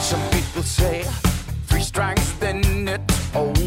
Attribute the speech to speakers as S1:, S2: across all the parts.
S1: Some people say three strikes, then it's over.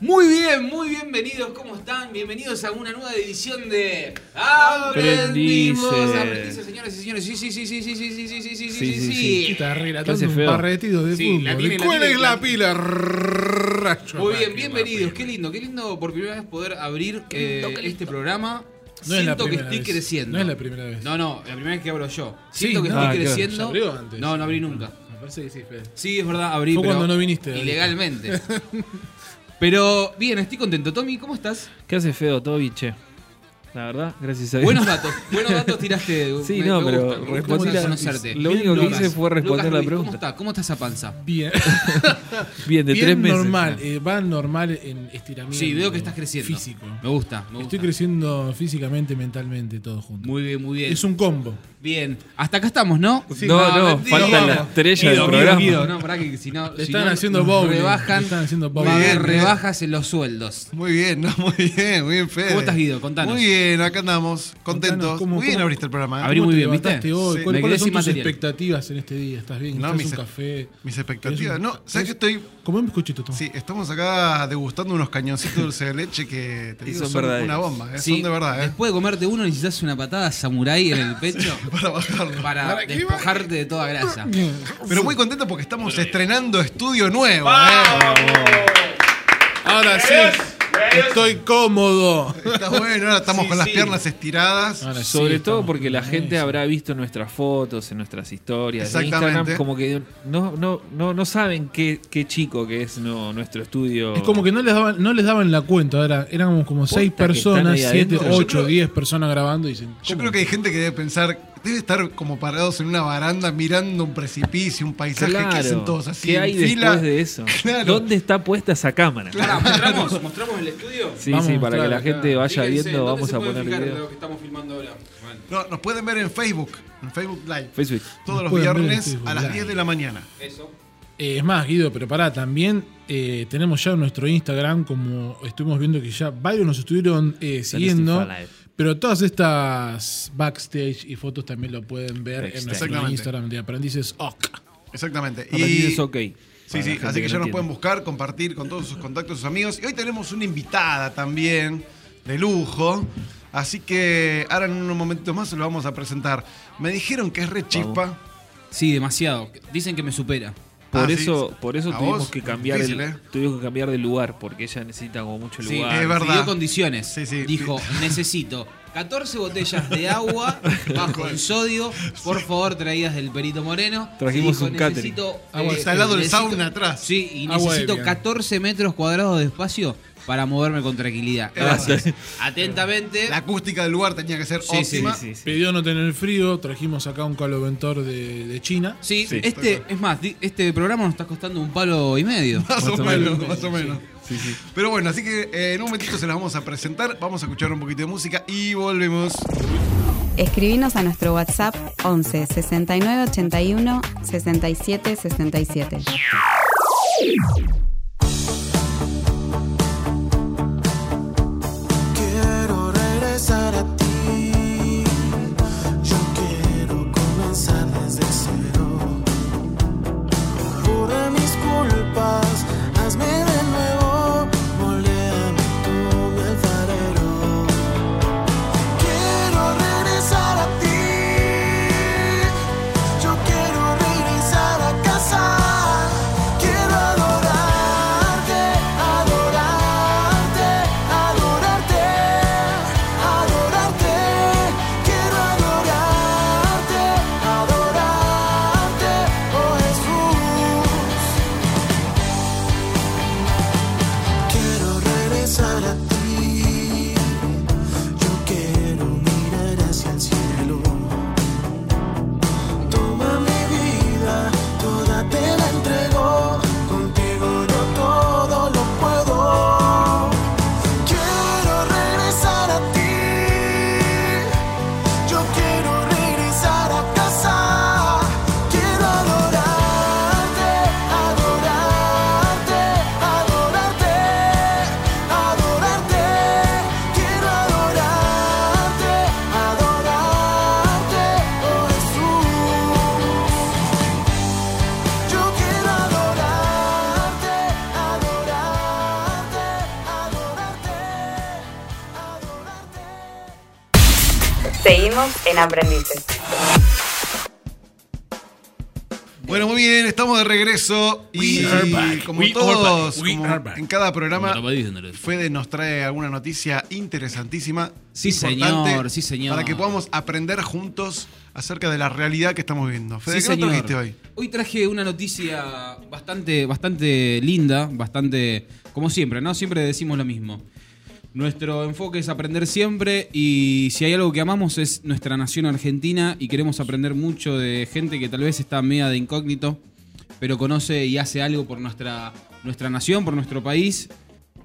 S2: Muy bien, muy bienvenidos, ¿cómo están? Bienvenidos a una nueva edición de Aprendimos,
S3: Aprendices.
S2: Aprendices, señores y señores. Sí, sí, sí, sí, sí, sí, sí, sí, sí, sí, sí,
S3: Sí, sí,
S2: sí.
S4: Está
S3: Clase
S4: relatando un
S3: feo.
S4: barretido de
S2: Sí,
S4: fútbol.
S2: la tiene,
S4: ¿Y
S2: la
S4: ¿Cuál
S2: tiene,
S4: es
S2: la-
S4: la pila? Racho,
S2: Muy bien,
S4: racho,
S2: bienvenidos.
S4: racho.
S2: Qué lindo, qué lindo por primera vez poder abrir eh, este programa.
S4: No es la
S2: Siento que
S4: primera
S2: estoy
S4: vez.
S2: creciendo.
S4: No es la primera vez.
S2: No, no, la primera vez que abro yo.
S4: Sí,
S2: Siento que
S4: no.
S2: estoy
S3: Ah, claro.
S4: ¿Se
S2: creciendo.
S4: abrió antes?
S2: No, no abrí nunca.
S4: Me parece que sí, Fede.
S2: Sí, es verdad, abrí.
S4: Fue
S2: pero
S4: cuando no viniste, David.
S2: Ilegalmente. Pero bien, estoy contento. Tommy, ¿cómo estás?
S3: ¿Qué hace feo, Toby, che? La verdad, gracias a Dios.
S2: Buenos datos, buenos datos tiraste.
S3: Sí,
S2: me-
S3: no,
S2: me
S3: pero
S2: gusta, me gusta
S3: respondí
S2: mucho
S3: la-
S2: conocerte.
S3: lo único que
S2: Lucas,
S3: hice fue responder
S2: Lucas
S3: la
S2: Ruiz, ¿Cómo
S3: pregunta.
S2: está? ¿Cómo está esa panza?
S4: Bien,
S3: bien, de
S4: bien
S3: tres meses.
S4: normal. eh, va normal en estiramiento.
S2: Sí, veo que estás creciendo.
S4: Físico.
S2: Me gusta, me gusta.
S4: Estoy creciendo físicamente, mentalmente, todo junto.
S2: Muy bien, muy bien.
S4: es un combo.
S2: Bien, hasta acá estamos, ¿no?
S3: no, no,
S2: mentira.
S3: falta
S4: No,
S3: la
S4: no.
S3: estrella
S2: Guido,
S3: del programa.
S2: Guido, Guido, no, pará que si no.
S4: Le
S2: si
S4: están
S2: no,
S4: haciendo bowling,
S2: Rebajan,
S4: le están haciendo
S2: va a
S4: bowling.
S2: haber
S5: Muy bien,
S2: rebajas en los sueldos.
S5: Muy bien, ¿no? muy bien, muy bien, Fede.
S2: ¿Cómo estás, Guido? Contanos.
S5: Muy bien, acá andamos, contentos.
S4: Contanos, ¿cómo-
S5: muy bien
S4: cómo-
S5: abriste el programa. ¿eh?
S2: Abrí
S4: ¿Cómo
S2: muy
S4: te
S2: bien, ¿viste?
S4: levantaste hoy?
S5: Sí.
S4: ¿Cuál-
S2: Me quedé
S4: ¿Cuáles son
S2: sin
S4: tus
S2: material.
S4: expectativas en este día? ¿Estás bien?
S5: No,
S4: ¿Estás
S5: mis
S4: un
S5: ex-
S4: café?
S5: Mis expectativas.
S4: un-
S5: No, ¿sabes que estoy?
S4: Comeme un bizcochito, Tom.
S5: Sí, estamos acá degustando unos cañoncitos de dulce de leche que te
S3: Y
S5: digo,
S3: son
S5: son,
S3: verdaderos.
S5: una bomba, eh,
S2: Sí,
S5: son de verdad, ¿eh?
S2: Después de comerte uno, necesitas una patada samurái en el pecho
S5: Para bajarlo.
S2: para, despojarte de toda grasa.
S5: Pero muy contento porque estamos estrenando estudio nuevo, ¿eh?
S4: Ahora sí. Estoy cómodo.
S5: Está bueno, ahora estamos con las piernas estiradas.
S4: Ahora sí,
S3: Sobre todo
S4: estamos
S3: porque la
S4: con
S3: gente
S4: eso.
S3: habrá visto nuestras fotos, en nuestras historias, en
S5: Exactamente.
S3: Instagram, como que no, no, no, no saben qué, qué chico que es no, nuestro estudio.
S4: Es como que no les daban, no les daban la cuenta, ahora éramos como seis
S3: que están
S4: personas,
S3: ahí
S4: siete,
S3: adentro.
S5: Yo creo-
S4: ocho, diez personas grabando y dicen,
S5: Yo
S4: "¿Cómo
S5: creo que hay gente que debe pensar, debe estar como parados en una baranda mirando un precipicio, un paisaje que hacen todos así.
S3: ¿Qué
S5: en
S3: hay
S5: fila?
S3: después de eso?
S5: Claro.
S3: ¿Dónde está puesta esa cámara?
S2: Pará, ¿mostramos, ¿Mostramos el estudio?
S3: Sí,
S4: Vamos
S3: sí,
S4: a
S3: para que
S4: mostrar
S3: la
S4: acá.
S3: gente vaya
S2: Fíjense,
S3: viendo,
S2: ¿dónde
S3: vamos
S2: se
S3: a
S2: pueden
S3: poner
S2: fijar
S3: video.
S2: lo que estamos filmando ahora. Bueno.
S5: No, nos pueden ver en Facebook, en Facebook Live.
S3: Facebook.
S5: Todos los
S4: Pueden ver en
S5: viernes
S4: Facebook
S5: a las
S4: Live.
S5: 10 de la mañana.
S2: Eso.
S4: Eh, es más, Guido, pero pará, también eh, tenemos ya nuestro Instagram, como estuvimos viendo que ya varios nos estuvieron eh, siguiendo.
S3: Instagram Live.
S4: Pero todas estas backstage y fotos también lo pueden ver en nuestro
S5: Exactamente.
S4: Instagram de Aprendices OK.
S5: Exactamente.
S3: Aprendiz
S5: Y,
S3: es ok.
S5: sí,
S3: Para la
S5: sí,
S3: gente
S5: así que, ya
S3: no
S5: nos
S3: entiende.
S5: pueden buscar, compartir con todos sus contactos, sus amigos. Y hoy tenemos una invitada también, de lujo. Así que ahora en unos momentos más se lo vamos a presentar. Me dijeron que es re chispa.
S2: Sí, demasiado. Dicen que me supera.
S3: Por
S5: Ah, sí.
S3: eso, por eso
S5: A
S3: tuvimos
S5: vos,
S3: que cambiar
S5: difícil,
S3: el-
S5: eh.
S3: tuvimos que cambiar de lugar, porque ella necesita como mucho
S2: Sí,
S3: lugar.
S5: es verdad.
S2: Pidió condiciones.
S5: Sí, sí.
S2: Dijo, necesito 14 botellas de agua bajo en sodio, por favor, traídas del Perito Moreno.
S3: Trajimos
S2: Dijo,
S3: un catering.
S2: necesito, eh,
S4: Agua
S5: Instalado el
S2: necesito-
S5: sauna atrás.
S2: Sí, y
S4: Agua
S2: necesito
S4: ebria.
S2: 14 metros cuadrados de espacio para moverme con tranquilidad. Gracias. Atentamente.
S5: La acústica del lugar tenía que ser
S2: Sí, sí,
S5: óptima.
S3: Sí, sí.
S4: Pidió no tener frío, trajimos acá un caloventor de, de China.
S2: Sí,
S3: Sí.
S2: este, es más, di- este programa nos está costando un palo y medio.
S5: Más, o
S3: Más o
S5: menos, más o menos. Pero bueno, así que eh, en un momentito se las vamos a presentar, vamos a escuchar un poquito de música y volvemos.
S6: Escribinos a nuestro WhatsApp 11 69 81 67 67.
S7: Quiero regresar a ti, yo quiero comenzar desde cero. Jura mis culpas, hazme de nuevo, moldeame tú mi alfarero. Quiero regresar a ti, yo quiero regresar a casa, quiero adorar.
S8: oh oh
S9: Seguimos en Aprendices.
S5: Bueno, muy bien, estamos de regreso. Y
S4: We are back.
S5: como
S4: We are
S5: todos,
S4: back. We
S5: como
S4: are back.
S5: en cada programa,
S2: Como lo va diciéndolo.
S5: Fede nos trae alguna noticia interesantísima.
S2: Sí,
S5: importante,
S2: señor, sí, señor.
S5: Para que podamos aprender juntos acerca de la realidad que estamos viviendo. Fede,
S2: Sí,
S5: ¿qué nos
S2: señor.
S5: trajiste hoy?
S2: Hoy traje una noticia bastante, bastante linda, bastante. Como siempre, ¿no? Siempre decimos lo mismo. Nuestro enfoque es aprender siempre y si hay algo que amamos es nuestra nación argentina y queremos aprender mucho de gente que tal vez está media de incógnito, pero conoce y hace algo por nuestra, nuestra nación, por nuestro país.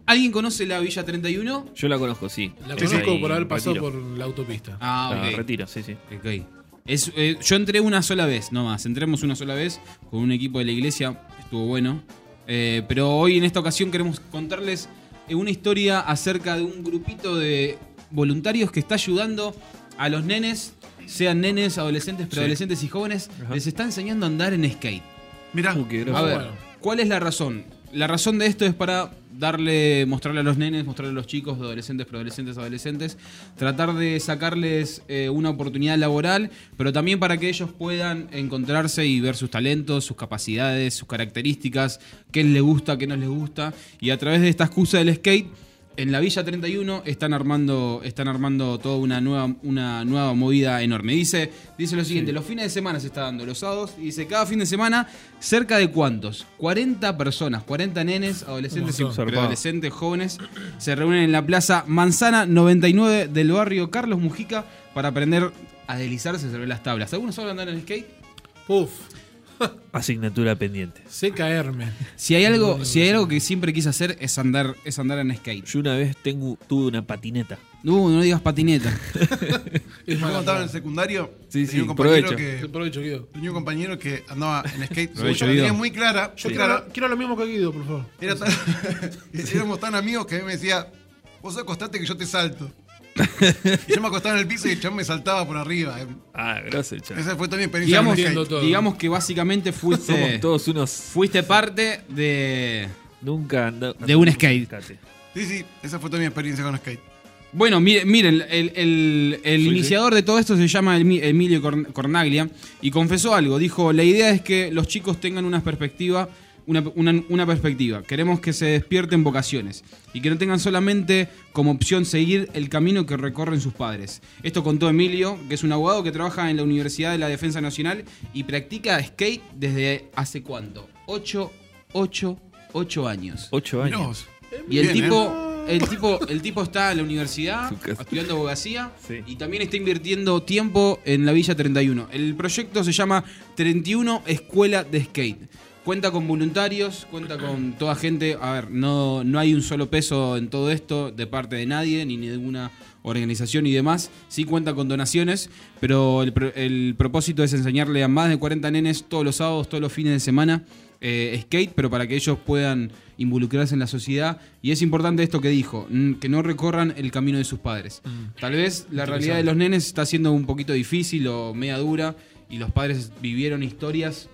S2: ¿Alguien conoce la Villa 31?
S3: Yo la conozco, sí.
S4: La
S3: Es
S4: conozco
S3: ahí,
S4: por haber pasado
S3: Retiro.
S4: por la autopista.
S2: Ah,
S3: La
S2: ok.
S3: Retiro, sí, sí.
S2: Ok. Es, eh, yo entré una sola vez, nomás. Entremos una sola vez con un equipo de la iglesia. Estuvo bueno. Eh, pero hoy en esta ocasión queremos contarles eh, una historia acerca de un grupito de voluntarios que está ayudando a los nenes, sean nenes, adolescentes, preadolescentes y jóvenes,
S3: Ajá.
S2: les está enseñando a andar en skate.
S5: Mirá,
S3: Uh, qué groso.
S2: A ver,
S4: Bueno.
S2: ¿cuál es la razón? La razón de esto es para darle, mostrarle a los nenes, mostrarle a los chicos, adolescentes, preadolescentes, adolescentes, tratar de sacarles eh, una oportunidad laboral, pero también para que ellos puedan encontrarse y ver sus talentos, sus capacidades, sus características, qué les gusta, qué no les gusta, y a través de esta excusa del skate, en la Villa 31 están armando, están armando toda una nueva, una nueva movida enorme. Dice, dice lo siguiente, los fines de semana se está dando, los sábados, y dice, cada fin de semana, cerca de cuántos? 40 personas, 40 nenes, adolescentes y
S4: Un montón.
S2: preadolescentes, jóvenes, se reúnen en la Plaza Manzana 99 del barrio Carlos Mujica para aprender a deslizarse sobre las tablas. ¿Algunos saben andar en skate?
S4: Puf,
S3: Asignatura pendiente.
S4: sé caerme.
S2: Si hay algo, si hay algo que siempre quise hacer es andar, es andar en skate.
S3: Yo una vez tengo, tuve una patineta.
S2: No, no digas patineta.
S4: Es
S5: yo
S4: mala
S5: cuando estaba en el
S4: palabra.
S5: secundario,
S3: Sí,
S5: tenía
S3: sí,
S5: un compañero
S3: provecho.
S4: Te
S5: que.
S4: aprovecho, Guido.
S5: Tenía un compañero que andaba en skate, su
S2: Provecho,
S5: la tenía
S2: Guido.
S5: muy clara.
S4: Yo
S5: muy clara.
S4: quiero, quiero lo mismo que Guido, por favor.
S5: Era tan- éramos tan amigos que a mí me decía, vos acostate que yo te salto. Y yo me acostaba en el piso y el chabón me saltaba por arriba. Em,
S3: Ah, gracias, chaval.
S5: Esa fue toda mi experiencia.
S2: digamos,
S5: en el
S4: entiendo
S5: skate.
S4: todo.
S2: digamos que básicamente fuiste,
S3: Somos todos unos.
S2: fuiste parte de...
S3: Nunca anda-
S2: De un skate.
S5: Sí, sí, esa fue toda mi experiencia con skate.
S2: Bueno, miren, miren el, el- el
S3: Sí,
S2: iniciador de todo esto se llama Elmi- Emilio Corn- Cornaglia y confesó algo. Dijo, la idea es que los chicos tengan una perspectiva, una, una- una perspectiva. Queremos que se despierten vocaciones y que no tengan solamente como opción seguir el camino que recorren sus padres. Esto contó Emilio, que es un abogado que trabaja en la Universidad de la Defensa Nacional y practica skate desde hace cuánto? 8, 8, 8 años.
S3: Ocho años.
S5: Mirá vos.
S2: Y el
S5: Bien,
S2: tipo, el tipo, el tipo está en la universidad
S3: Su casa.
S2: estudiando abogacía
S3: Sí.
S2: y también está invirtiendo tiempo en la Villa 31. El proyecto se llama 31 Escuela de Skate. Cuenta con voluntarios, cuenta con toda gente. A ver, no, no hay un solo peso en todo esto de parte de nadie, ni ninguna organización y demás. Sí cuenta con donaciones, pero el, pro- el propósito es enseñarle a más de 40 nenes todos los sábados, todos los fines de semana eh, skate, pero para que ellos puedan involucrarse en la sociedad. Y es importante esto que dijo, mm, que no recorran el camino de sus padres. Tal vez la realidad de los nenes está siendo un poquito difícil o media dura y los padres vivieron historias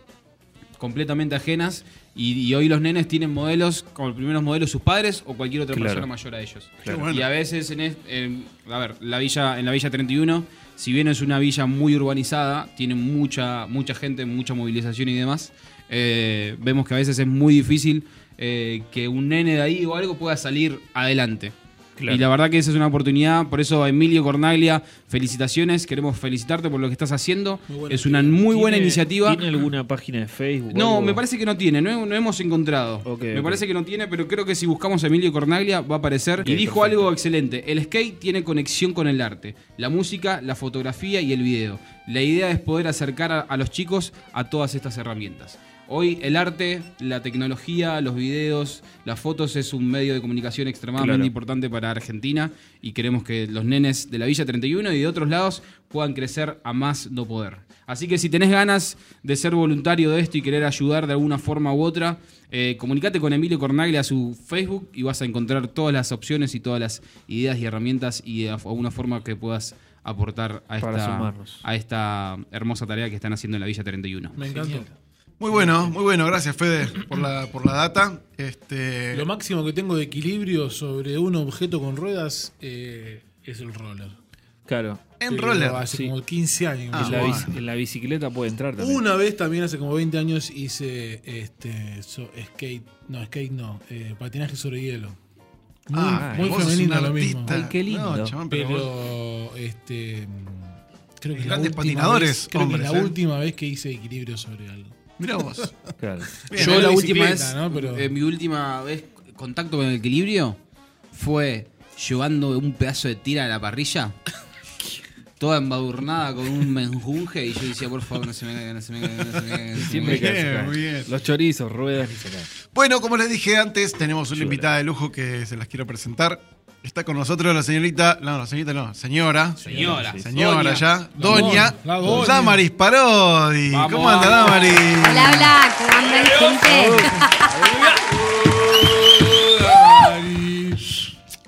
S2: completamente ajenas y, y hoy los nenes tienen modelos, como primeros modelos sus padres o cualquier otra
S3: Claro.
S2: persona mayor a ellos.
S5: Qué bueno.
S2: Y a veces en, es- en- a ver, la villa, en la Villa 31, si bien es una villa muy urbanizada, tiene mucha, mucha gente, mucha movilización y demás, eh, vemos que a veces es muy difícil eh, que un nene de ahí o algo pueda salir adelante.
S3: Claro.
S2: Y la verdad que esa es una oportunidad, por eso Emilio Cornaglia, felicitaciones, queremos felicitarte por lo que estás haciendo,
S4: Muy buena
S2: es una muy buena
S3: ¿Tiene-
S2: iniciativa.
S3: ¿Tiene alguna página de Facebook?
S2: No,
S3: algo?
S2: me parece que no tiene, no, he- no hemos encontrado.
S3: Ok,
S2: me
S3: ok.
S2: parece que no tiene, pero creo que si buscamos a Emilio Cornaglia va a aparecer.
S3: Ok,
S2: y dijo
S3: perfecto.
S2: algo excelente. El skate tiene conexión con el arte, la música, la fotografía y el video. La idea es poder acercar a, a los chicos a todas estas herramientas. Hoy el arte, la tecnología, los videos, las fotos es un medio de comunicación extremadamente
S3: Claro.
S2: importante para Argentina y queremos que los nenes de la Villa 31 y de otros lados puedan crecer a más no poder. Así que si tenés ganas de ser voluntario de esto y querer ayudar de alguna forma u otra, eh, comunicate con Emilio Cornaglia a su Facebook y vas a encontrar todas las opciones y todas las ideas y herramientas y de alguna forma que puedas aportar a
S3: Para
S2: esta,
S3: sumarnos.
S2: a esta hermosa tarea que están haciendo en la Villa 31.
S4: Me encantó.
S5: Muy bueno, muy bueno. Gracias, Fede, por la, por la data. Este,
S4: Lo máximo que tengo de equilibrio sobre un objeto con ruedas eh, es el roller.
S3: Claro.
S5: En
S4: Pero
S5: roller.
S4: Hace
S3: sí.
S4: como 15 años. que
S5: Ah,
S4: no
S3: en, la
S4: lo
S5: bueno.
S3: bici- en la bicicleta puede entrar también.
S4: Una vez también, hace como 20 años, hice este so- skate. No, skate no, eh, patinaje sobre hielo. Muy,
S5: Ah,
S4: muy
S5: vos sos
S4: femenino
S5: un
S4: lo mismo.
S5: artista.
S3: Ay, qué lindo.
S5: No, chabón, pero
S4: Pero,
S5: vos-
S4: este. Creo que es la
S5: Grandes
S4: última
S5: patinadores,
S4: vez- creo que es
S5: hombres,
S4: la
S5: ¿eh?
S4: última vez que hice equilibrio sobre algo.
S5: mirá vos.
S3: Claro.
S5: Bien,
S2: Yo
S4: en
S2: la
S4: la
S2: última
S4: bicicleta,
S2: vez,
S4: ¿no? Pero-
S2: eh, mi última vez contacto con el equilibrio fue llevando un pedazo de tira a la parrilla, toda embadurnada con un menjunje y yo decía, por favor, no se me caiga, no se me caiga, no se me caiga. no se me
S3: Siempre
S2: caiga".
S3: que se cae.
S5: muy bien.
S3: Los chorizos, ruedan y se caen.
S5: Bueno, como les dije antes, tenemos una
S3: Llora.
S5: invitada de lujo que se las quiero presentar. Está con nosotros la señorita, no, la señorita no, señora.
S2: Señora, sí.
S5: Señora
S2: Doña.
S5: ya, doña,
S4: La doña.
S5: Damaris Parodi.
S2: Vamos,
S5: ¿Cómo anda
S2: vamos.
S5: Damaris?
S9: Hola, hola, ¿cómo andan, gente?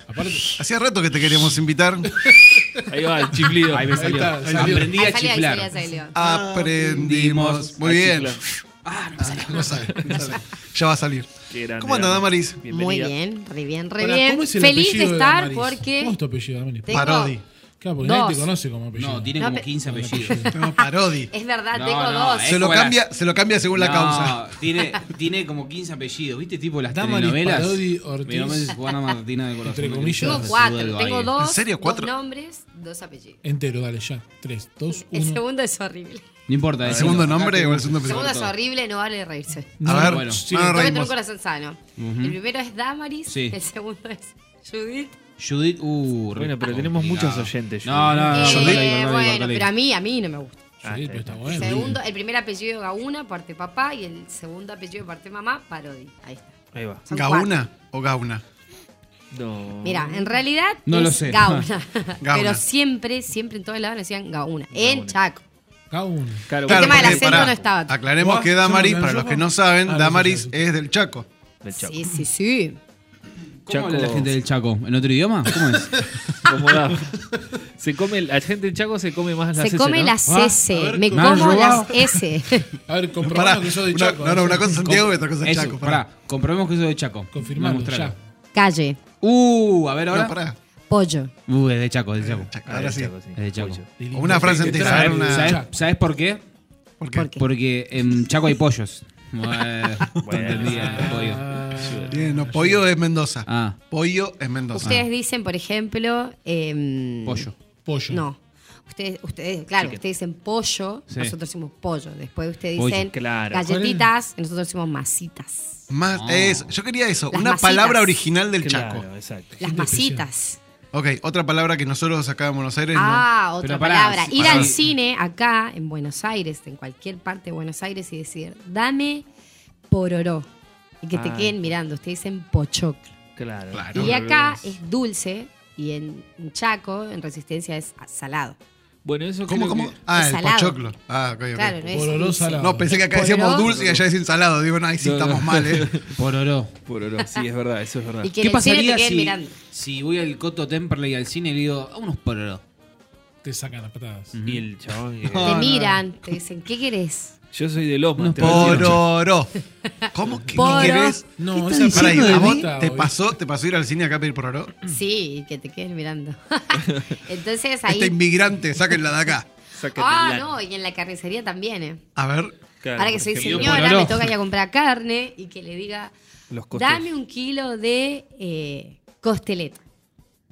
S4: Aparte,
S5: Hacía rato que te queríamos invitar.
S3: Ahí va el chiflido.
S2: Ahí me
S4: ahí
S2: salió.
S4: está, salió.
S2: Aprendí
S9: Ahí
S2: a
S9: salió, ahí
S2: chiflar.
S9: salió, ahí salió.
S5: Aprendimos. Muy
S3: a
S5: bien. Ah,
S3: chiflar.
S5: No sale, no sale. Ya va a salir.
S3: Qué grande,
S5: ¿Cómo anda
S3: Damaris?
S5: Damaris?
S9: Muy
S3: Bienvenida.
S9: bien, re bien, re
S4: Pará,
S9: bien.
S4: ¿cómo es el
S9: Feliz de
S4: apellido
S9: estar
S4: Damaris?
S9: porque.
S4: ¿Cómo es tu apellido, Damaris?
S9: Tengo-
S5: Parodi.
S4: Claro, porque nadie
S9: dos.
S4: te conoce como apellido.
S2: No, tiene
S9: No,
S2: como
S9: pe-
S2: 15 apellidos.
S5: No, Parodi.
S9: Es verdad,
S2: No,
S9: tengo
S2: no,
S9: dos.
S2: eh.
S5: Se lo,
S2: como las-
S5: cambia, se lo cambia según la
S2: No,
S5: causa.
S2: Tiene, tiene como 15 apellidos, ¿viste? Tipo las
S4: Damaris
S2: telenovelas.
S4: Parodi Ortiz.
S2: Mi nombre es Juana Martina de Corazón.
S4: Entre comillas.
S9: Tengo
S4: Yo
S9: cuatro, tengo dos.
S5: ¿En serio, cuatro?
S9: Dos nombres, dos apellidos.
S4: Entero, dale, ya. 3, 2,
S9: El
S4: 1.
S9: segundo es horrible.
S2: No importa.
S5: ¿El
S2: eh,
S5: segundo
S2: acá
S5: nombre
S2: tengo-
S5: o el segundo
S9: El
S5: apellido?
S9: segundo es horrible, no vale reírse.
S5: A ver,
S2: bueno.
S5: no nos
S4: Tengo
S9: Tengo que
S4: que
S9: tener
S5: reímos.
S9: un corazón sano. El primero es Damaris,
S2: Sí.
S9: el segundo es Judith.
S2: Judith, uh, re
S3: Bueno, pero tenemos
S2: complicado.
S3: muchos oyentes,
S2: No,
S3: Judith.
S2: no, no,
S9: Eh,
S2: no, católico, católico,
S9: bueno,
S2: católico.
S9: pero a mí, a mí no me gusta.
S4: Sí, pero está bueno.
S9: El segundo, el primer apellido Gauna, parte papá, y el segundo apellido de parte mamá, Parodi. Ahí está.
S3: Ahí va.
S9: Son
S5: ¿Gauna o Gauna?
S3: No.
S9: Mira, en realidad
S2: Mm. No
S9: es
S2: lo sé.
S9: Gauna.
S5: Gauna.
S9: Pero siempre, siempre en todos lados le decían Gauna. En Chaco.
S4: Cada uno.
S3: Claro,
S9: El tema del
S5: porque,
S9: acento
S5: pará,
S9: no estaba.
S5: Aclaremos
S4: Guau,
S5: que Damaris,
S4: ¿somos
S5: para los
S4: nosotros?
S5: que no saben,
S4: Ah, no,
S5: Damaris
S4: sí, sí,
S5: es del Chaco.
S3: del Chaco.
S9: Sí, sí, sí.
S2: ¿Cómo habla la gente del Chaco? ¿En otro idioma? ¿Cómo es?
S3: ¿Cómo da? Se come, la gente del Chaco se come más las
S9: Se
S3: heces,
S9: come
S3: ¿no?
S9: las
S2: Ah,
S9: S.
S2: a ver,
S9: me
S2: ¿me han
S9: como
S2: robado?
S9: las S.
S4: A
S5: Pará,
S4: ver, comprobamos que sos de
S5: una-
S4: Chaco. ¿eh?
S5: no, no, una
S4: ¿sí?
S5: cosa es Santiago y otra cosa es
S2: Eso,
S5: Chaco.
S2: pará. Comprobemos que eso es de Chaco.
S4: Confirmalo,
S2: Me mostraron.
S4: ya.
S9: Calle.
S2: Uh, a ver ahora.
S5: No, pará.
S9: Pollo.
S2: Uh, es de Chaco, es de Chaco.
S5: Chaco,
S3: Ah,
S5: ahora
S3: del
S5: sí.
S3: Chaco, sí.
S2: Es de Chaco.
S3: Pollo.
S5: O una frase entera, a ver, una-
S4: Dale,
S2: ¿Sabes,
S4: ya.
S2: sabes por qué?
S5: ¿Por qué?
S9: ¿Por qué?
S2: Porque en Chaco hay pollos. Eh, te
S3: Bueno.
S2: entendí, eh, pollo.
S4: ah,
S5: Bien, no, Pollo es Mendoza.
S2: Ah.
S5: Pollo es Mendoza.
S9: Ustedes dicen, por ejemplo. em,
S2: Pollo.
S4: Pollo.
S9: No. Ustedes, ustedes, claro, ustedes dicen pollo,
S2: Sí.
S9: nosotros decimos pollo. Después ustedes
S2: Pollo,
S9: dicen
S3: claro.
S9: galletitas, y nosotros decimos masitas.
S5: Más, eso. Yo quería eso,
S9: Las
S5: una
S9: masitas.
S5: palabra original del
S3: Claro,
S5: Chaco.
S3: exacto.
S9: Las masitas.
S5: Ok, otra palabra que nosotros acá en Buenos Aires.
S9: Ah,
S2: Pero
S9: otra
S2: pará,
S9: palabra.
S2: sí,
S9: Ir
S2: pará.
S9: al cine acá en Buenos Aires, en cualquier parte de Buenos Aires, y decir, dame pororó. Y que te
S3: Ah.
S9: queden mirando. Ustedes dicen pochoclo.
S3: Claro.
S5: Claro.
S9: Y acá es dulce, y en Chaco, en Resistencia, es salado.
S3: Bueno, eso
S5: no. ¿Cómo,
S3: creo
S5: cómo?
S3: que-
S5: Ah, el
S9: Salado.
S5: pochoclo. Ah, ok, ok.
S9: Claro, no es
S4: Pororó
S9: dulce.
S4: salado.
S5: No, pensé que acá decíamos
S9: Pollo.
S5: dulce y allá es ensalado. Digo, no, ahí sí
S3: No, no.
S5: estamos mal, ¿eh?
S2: Pororó.
S3: Por oro, sí, es verdad, eso es verdad.
S9: Y que
S2: ¿Qué
S9: en el cine te
S2: pasaría
S9: queden
S2: si,
S9: mirando.
S2: si voy al Coto Temperley al cine y le digo, a unos pororó?
S4: Te sacan las patadas.
S3: Y el chabón. que-
S9: Te miran, te dicen, ¿qué querés?
S3: Yo soy de Loma. te voy a decir.
S5: Pororó. ¿Cómo que
S9: Poro.
S5: ¿qué querés?
S4: No,
S5: Pará,
S4: esa
S5: ¿y a
S4: palabra
S5: vos
S4: está
S5: te
S4: hoy.
S5: pasó, ¿Te pasó ir al cine acá a pedir pororó?
S2: Mm.
S9: Sí, que te queden mirando. Entonces ahí.
S5: Este inmigrante, sáquenla de acá.
S3: Sácate
S9: Ah,
S3: el
S9: no,
S3: ano.
S9: y en la carnicería también, ¿eh?
S5: A ver.
S3: Claro,
S9: Ahora que
S3: por
S9: soy
S3: ejemplo,
S9: señora,
S2: pororó.
S9: me toca ir a comprar carne y que le diga,
S3: Los costos.
S9: dame un kilo de eh, costeleta.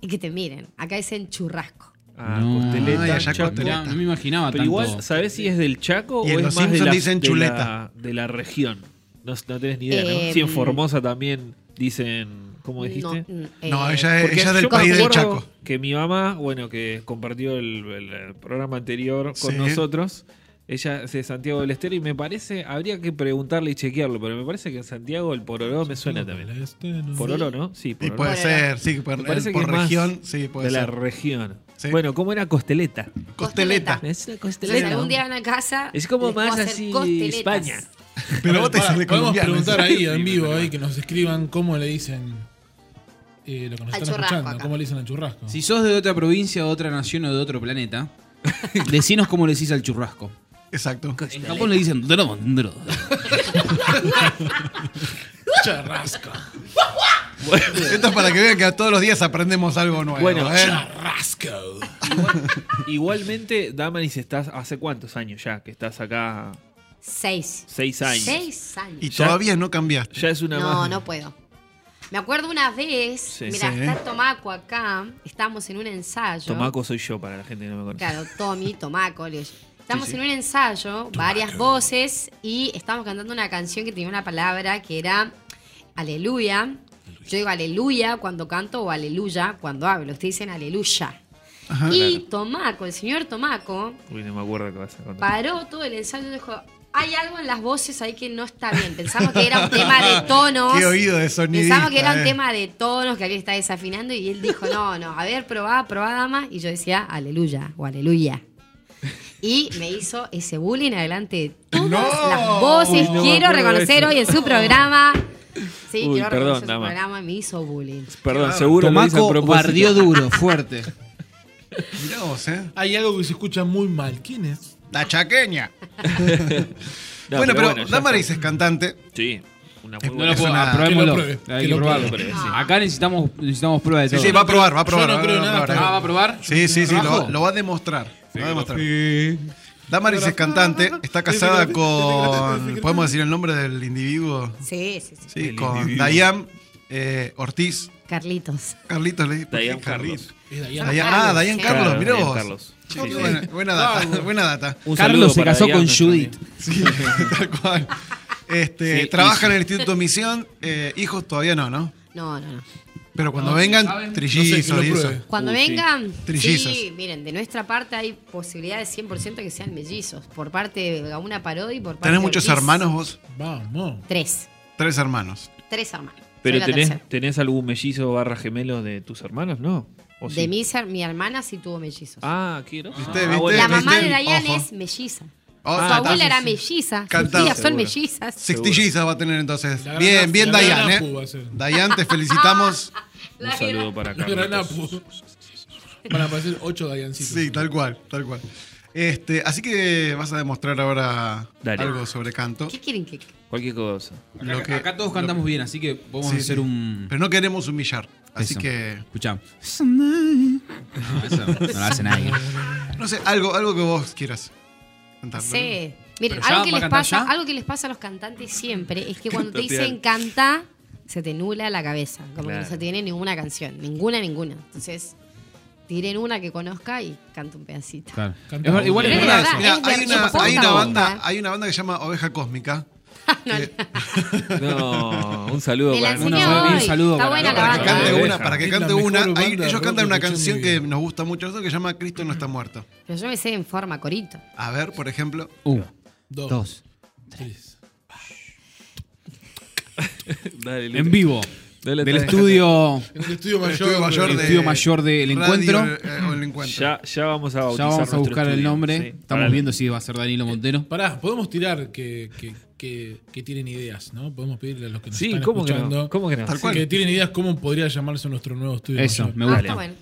S9: Y que te miren. Acá dicen churrasco.
S3: Ah,
S2: No.
S3: costeleta.
S5: Ay, allá
S3: Chaco.
S5: costeleta.
S2: No, no me imaginaba
S3: Pero
S2: tanto.
S3: igual, ¿sabés si es del Chaco
S5: Y en
S3: o
S5: Los
S3: es más de
S5: Simpson
S3: la,
S5: dicen
S3: de
S5: chuleta.
S3: la- de la región? No, no tenés ni idea,
S9: Eh,
S3: ¿no? Si en Formosa también dicen, ¿cómo dijiste?
S9: No, mm,
S5: No,
S9: eh,
S5: ella es,
S3: Porque
S5: ella es del
S3: yo me
S5: país del
S3: acuerdo
S5: Chaco.
S3: Que mi mamá, bueno, que compartió el, el- el programa anterior con
S5: Sí.
S3: nosotros, ella es de Santiago del Estero y me parece, habría que preguntarle y chequearlo, pero me parece que en Santiago el pororó me suena también.
S4: Este, no.
S3: Pororó, ¿no? Sí,
S5: Y
S3: pororó.
S5: puede ser, sí, por,
S3: me parece que
S5: por
S3: es más
S5: región, sí, puede
S3: de la
S5: ser.
S3: región.
S5: Sí.
S3: Bueno, ¿cómo era costeleta?
S5: Costeleta.
S3: Es una
S9: Entonces,
S3: costeleta.
S9: algún día van a casa.
S3: Es como
S9: les puedo
S3: más
S9: hacer
S3: así
S9: costeletas.
S3: España.
S5: Pero vos te
S4: Pará,
S5: decís de
S4: Podemos
S5: colombiano,
S4: preguntar
S5: ¿sí?
S4: ahí en vivo, ahí, que nos escriban cómo le dicen eh, lo que nos
S9: Al
S4: están
S9: churrasco
S4: escuchando.
S9: acá.
S4: ¿Cómo le dicen al churrasco?
S2: Si sos de otra provincia, de otra nación o de otro planeta, decinos cómo le decís al churrasco.
S5: Exacto.
S2: En Japón le dicen "Dro, dro".
S4: Churrasco.
S5: Esto es para que vean que todos los días aprendemos algo nuevo.
S3: Bueno,
S5: ¿eh?
S4: Churrasco.
S3: Igual- igualmente, Damaris, estás hace cuántos años ya que estás acá.
S9: Seis.
S3: Seis años.
S9: Seis años.
S5: Y
S3: Ya-
S5: todavía no cambiaste.
S3: Ya es una
S9: No,
S3: más-
S9: no puedo. Me acuerdo una vez,
S3: Sí,
S9: mira,
S5: sí.
S9: está Tomaco acá, estábamos en un ensayo.
S3: Tomaco soy yo para la gente que no me conoce.
S9: Claro, Tommy, Tomaco. le- Estamos
S3: Sí, sí.
S9: en un ensayo, varias voces, y estábamos cantando una canción que tenía una palabra que era aleluya. Yo digo aleluya cuando canto o aleluya cuando hablo. Ustedes dicen aleluya. y Tomaco, el señor Tomaco,
S3: Uy, no me acuerdo qué vas a contar.
S9: paró todo el ensayo y dijo, hay algo en las voces ahí que no está bien. Pensamos que era un tema de tonos.
S5: Qué oído de sonidista,
S9: Pensamos que era un
S5: eh.
S9: tema de tonos, que alguien está desafinando y él dijo, no, no, a ver, probá, probá, dama. Y yo decía, aleluya o aleluya. Y me hizo ese bullying adelante de todas
S5: No.
S9: las voces.
S3: Uy, no me
S9: quiero
S3: acuerdo
S9: reconocer
S3: de eso.
S9: hoy en su programa. Sí,
S3: Uy,
S9: quiero
S3: perdón,
S9: reconocer su
S3: dama.
S9: programa, me hizo bullying.
S3: Perdón, seguro lo hice a
S2: Tomaco
S3: propósito.
S2: bardió duro, fuerte.
S5: Mirá vos, ¿eh?
S4: Hay algo que se escucha muy mal. ¿Quién es?
S5: La chaqueña.
S3: No,
S5: bueno, pero,
S3: ya
S5: Damaris
S3: está.
S5: es cantante.
S3: Sí, una muy
S2: No
S3: buena.
S2: lo
S5: Es
S2: puedo,
S5: una-
S2: ah, probémoslo.
S4: que lo pruebe,
S2: Hay
S4: que
S2: que
S4: lo
S2: probarlo.
S3: pruebe,
S2: Ah,
S3: sí.
S2: Acá necesitamos, necesitamos prueba de
S5: Sí,
S2: todo.
S5: sí, va a probar, va a
S4: Yo no
S5: probar. va a
S4: creo
S5: probar,
S4: nada
S5: va a
S4: hasta
S2: Ah,
S5: probar.
S2: ¿va a probar?
S5: Sí, sí, sí,
S2: ¿Trabajo?
S5: lo, lo va a demostrar. Lo va a demostrar.
S4: Sí.
S5: Damaris es cantante, está casada
S4: Secreto,
S5: con. ¿Podemos decir el nombre del individuo?
S9: Sí, sí, sí.
S5: Sí,
S3: El
S5: con
S3: individuo.
S5: Dayam eh, Ortiz.
S9: Carlitos.
S5: Carlitos le
S3: Dayan
S5: Carlitos.
S3: Carlos.
S4: Es Dayan.
S5: Dayan- ah, Dayan
S9: Sí.
S5: Carlos,
S3: Claro,
S5: mirá
S3: Dayan
S5: vos.
S3: Carlos. Sí,
S5: Qué
S3: sí.
S5: Buena, buena data, buena data.
S3: Un saludo
S2: Carlos se
S3: para
S2: casó
S3: Dayan,
S2: con
S3: nuestra
S2: Judith.
S3: amiga.
S5: Sí, tal cual. Este,
S3: Sí,
S5: trabaja
S3: y-
S5: en el Instituto Misión, eh, hijos todavía no, ¿no?
S9: No, no, no.
S5: Pero cuando vengan,
S4: No sé,
S5: trillizos
S4: que lo
S5: y eso.
S4: pruebe.
S9: Cuando
S3: Uh, sí.
S9: vengan,
S5: Trillizos.
S9: sí, miren, de nuestra parte hay posibilidades 100% que sean mellizos, por parte de Gauna Parodi y por parte
S5: ¿Tenés
S9: de
S5: muchos
S9: Ortiz.
S5: hermanos vos?
S4: Vamos.
S9: Tres,
S5: Tres hermanos.
S9: tres hermanos. Soy
S3: Pero
S9: la
S3: tenés,
S9: tercera.
S3: tenés algún mellizo barra gemelo de tus hermanos, ¿no? ¿O sí?
S9: De mis her- mi hermana sí tuvo mellizos.
S3: Ah, quiero.
S5: ¿Viste,
S3: Ah,
S5: viste?
S3: bueno.
S9: la mamá de
S5: ¿viste?
S9: Dayan
S5: Ojo.
S9: es melliza.
S5: Oh,
S9: Su
S5: ah,
S9: abuela
S5: está,
S9: era
S5: sí,
S9: melliza, sus
S5: Cantado,
S9: tías son
S3: seguro.
S9: mellizas.
S5: Sextillizas va a tener entonces.
S4: La gran
S5: bien,
S4: Apu,
S5: bien,
S4: la gran
S5: Dayan, ¿eh?
S4: Apu va a ser.
S5: Dayan, te felicitamos.
S3: Un saludo para
S4: La gran
S3: Carlos.
S4: Apu. Van a aparecer ocho Dayancitos.
S5: Sí, tal cual, tal cual. Este, así que vas a demostrar ahora
S3: Dale.
S5: algo sobre canto.
S9: ¿Qué quieren que
S3: Cualquier cosa.
S5: Lo que-
S2: Acá todos cantamos bien, así que podemos
S5: Sí,
S2: hacer
S5: sí.
S2: un.
S5: Pero no queremos humillar. Así
S2: Eso.
S5: que,
S2: Escuchá. No, eso no lo hace nadie.
S5: no sé, algo, algo que vos quieras
S9: No
S5: cantar.
S9: sé. Miren,
S2: Pero ya,
S9: algo que,
S2: ¿va
S9: les
S2: a cantar
S9: pasa,
S2: ya?
S9: algo que les pasa a los cantantes siempre es que cuando te
S3: Cantotear.
S9: dicen canta, se te nula la cabeza. Como que
S3: Claro.
S9: no se tiene ninguna canción. Ninguna, ninguna. Entonces, tiren una que conozca y canta un pedacito.
S2: Claro.
S4: Canta.
S2: Es ver- igual es
S9: Pero es
S2: verdad.
S9: verdad,
S2: eso.
S5: Mirá,
S9: es
S5: hay,
S9: de-
S5: una,
S9: posta
S5: hay una
S9: onda.
S5: banda, hay una banda que se llama Oveja Cósmica. que-
S3: No, un saludo
S9: Te la
S3: para
S9: enseño
S2: Una-
S9: hoy.
S2: un saludo
S9: Está
S2: para-
S9: buena
S3: no,
S9: la
S5: para que
S3: la
S9: banda. ¿eh?
S5: cante
S3: Oveja.
S5: una, para que
S4: Es la
S5: cante
S4: mejor
S5: una.
S4: banda
S5: Hay-
S4: de
S5: ellos
S4: rock
S5: cantan
S4: que
S5: una
S4: escuché en mi
S5: canción que
S4: vida.
S5: nos gusta mucho nosotros que se llama Cristo no está muerto.
S9: Pero yo me sé en forma corito.
S5: A ver, por ejemplo.
S2: Uno,
S4: Dos.
S2: Uh, dos.
S4: Tres.
S3: Dale, Lucho.
S2: En vivo.
S3: Dale,
S2: Del
S3: dale.
S2: estudio.
S4: En el estudio mayor.
S5: estudio mayor
S4: de-
S2: El estudio mayor del
S5: Radio,
S2: encuentro.
S5: eh, o el encuentro.
S3: Ya, ya vamos a
S2: Ya
S3: bautizar
S2: vamos a
S3: nuestro
S2: buscar el
S3: estudio,
S2: nombre.
S3: sí.
S2: Estamos
S3: Para-
S2: viendo si va a ser Danilo Montero.
S4: Pará, podemos tirar que, que, que, que tienen ideas, ¿no? Podemos pedirle a los que nos
S3: Sí,
S4: están
S3: ¿cómo que no?
S4: escuchando
S3: ¿Cómo que no?
S4: Tal cual. que tienen ideas cómo podría llamarse nuestro nuevo estudio
S2: Eso,
S4: mayor.
S2: me
S9: Ah,
S2: gusta.
S9: está bueno.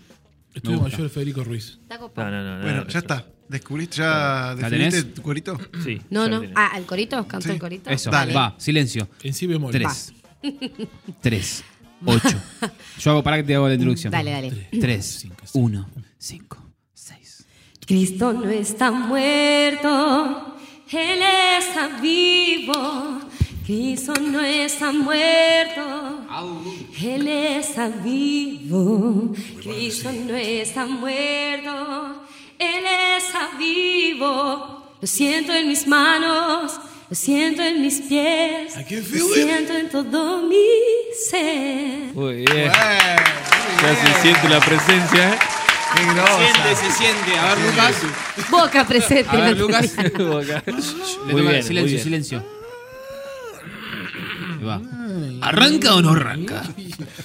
S4: Estudio
S2: gusta.
S4: mayor Federico Ruiz.
S9: Está copado.
S3: No, no, no, no,
S5: Bueno,
S3: no,
S5: ya
S3: no.
S5: está. ¿Descubriste ya
S2: ¿La
S5: definiste
S2: tenés?
S5: tu cuerito?
S3: Sí,
S9: No,
S3: ya
S9: no.
S3: tenés.
S9: Ah, ¿al corito? ¿Canto el corito?
S2: Eso,
S5: Dale.
S2: va, silencio.
S4: En si bemol.
S2: Tres. Tres. Ocho. Yo hago, para que te hago la introducción.
S9: Dale, dale.
S2: Tres. Uno. Cinco. Seis.
S10: Cristo no está muerto, Él está vivo. Cristo no está muerto, Él está vivo. Cristo no está muerto, Él está vivo. Lo siento en mis manos, lo siento en mis pies,
S4: I can feel
S10: lo
S4: it.
S10: siento en todo mi ser.
S3: Muy bien.
S5: Eh,
S3: Ya se siente la presencia, ¿eh?
S5: ¡Qué grosa!
S2: se siente. A ver, Lucas.
S9: Boca presente.
S2: A ver, Lucas.
S3: Acá.
S2: Le
S3: Muy
S2: toca-
S3: bien, muy
S2: silencio,
S3: bien.
S2: silencio. Ahí va. ¿Arranca o no arranca?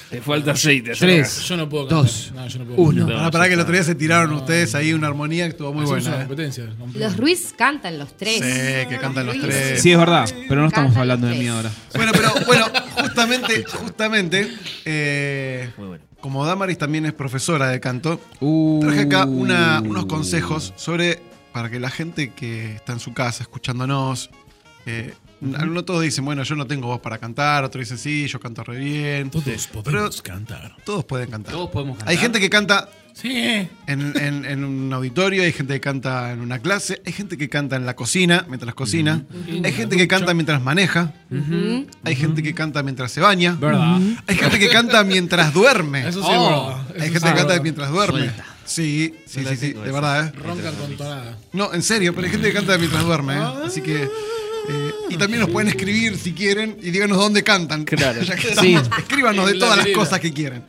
S3: Te falta aceite.
S2: Tres.
S4: Yo no puedo cantar.
S2: Dos.
S4: No, yo no puedo
S2: Uno.
S4: cantar.
S5: Pará, Ah, pará, que el otro día se tiraron ustedes ahí una armonía que estuvo muy
S4: Hacemos una
S5: buena. eh.
S4: competencia. ¿no?
S9: Los Ruiz cantan los tres.
S5: Sí, que cantan los tres.
S2: Sí, es verdad, pero no estamos hablando de mí ahora.
S5: Bueno, pero bueno, justamente, justamente, eh,
S3: Muy bueno.
S5: como Damaris también es profesora de canto,
S2: Uh.
S5: traje acá una- unos consejos sobre para que la gente que está en su casa escuchándonos, eh, no todos dicen, bueno, yo no tengo voz para cantar, otros dicen, sí, yo canto re bien.
S4: Todos podemos cantar.
S5: Todos pueden cantar.
S2: Todos podemos cantar.
S5: Hay gente que canta
S4: Sí.
S5: en, en- en un auditorio, hay gente que canta en una clase, hay gente que canta en la cocina mientras cocina, hay gente que canta mientras maneja, hay gente que canta mientras se baña,
S4: ¿Verdad?
S5: hay gente que canta mientras duerme,
S4: Eso sí,
S11: Oh,
S4: bro.
S5: hay
S4: Eso
S5: gente
S4: sí,
S5: que canta
S4: bro.
S5: mientras duerme.
S6: Suelta.
S5: Sí, sí,
S6: la
S5: sí, sí,
S6: tengo
S5: de
S6: esa.
S5: verdad, ¿eh?
S4: Ronca con tonada.
S5: No, en serio, pero hay gente que canta mientras duerme, ¿eh? Así que. eh, y también nos pueden escribir si quieren y díganos dónde cantan.
S3: Claro.
S5: Ya que
S3: Sí.
S5: estamos, Escríbanos de
S4: La
S5: todas las
S4: medida.
S5: cosas que quieran.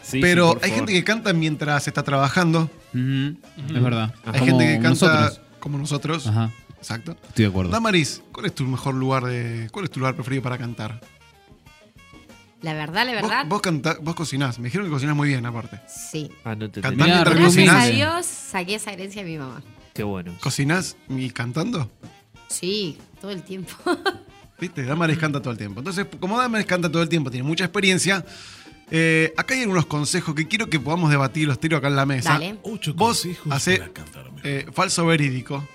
S3: Sí,
S5: pero
S3: sí, por
S5: hay
S3: favor.
S5: gente que canta mientras está trabajando.
S2: Es verdad.
S5: Hay
S2: Como
S5: gente que canta
S2: nosotros.
S5: como nosotros.
S2: Ajá.
S5: Exacto.
S2: Estoy de acuerdo.
S5: Damaris, ¿cuál es tu mejor lugar de. ¿Cuál es tu lugar preferido para cantar?
S9: La verdad, la
S5: Vos,
S9: verdad,
S5: vos, canta- vos cocinás. Me dijeron que cocinás muy bien, aparte.
S9: sí.
S3: Ah, no te
S5: Cantar
S3: tenía.
S2: Mirá,
S5: mientras
S2: recomiendo.
S9: Gracias a Dios
S5: cocinás.
S9: saqué esa herencia de mi mamá.
S3: Qué bueno.
S5: ¿Cocinás y cantando?
S9: Sí, todo el tiempo.
S5: ¿Viste? Damaris canta todo el tiempo. Entonces, como Damaris canta todo el tiempo, tiene mucha experiencia. eh, acá hay algunos consejos que quiero que podamos debatir, los tiro acá en la mesa.
S9: Dale.
S4: Ocho
S5: Vos
S4: consejos
S5: hace
S4: para cantar mejor.
S5: eh, falso verídico.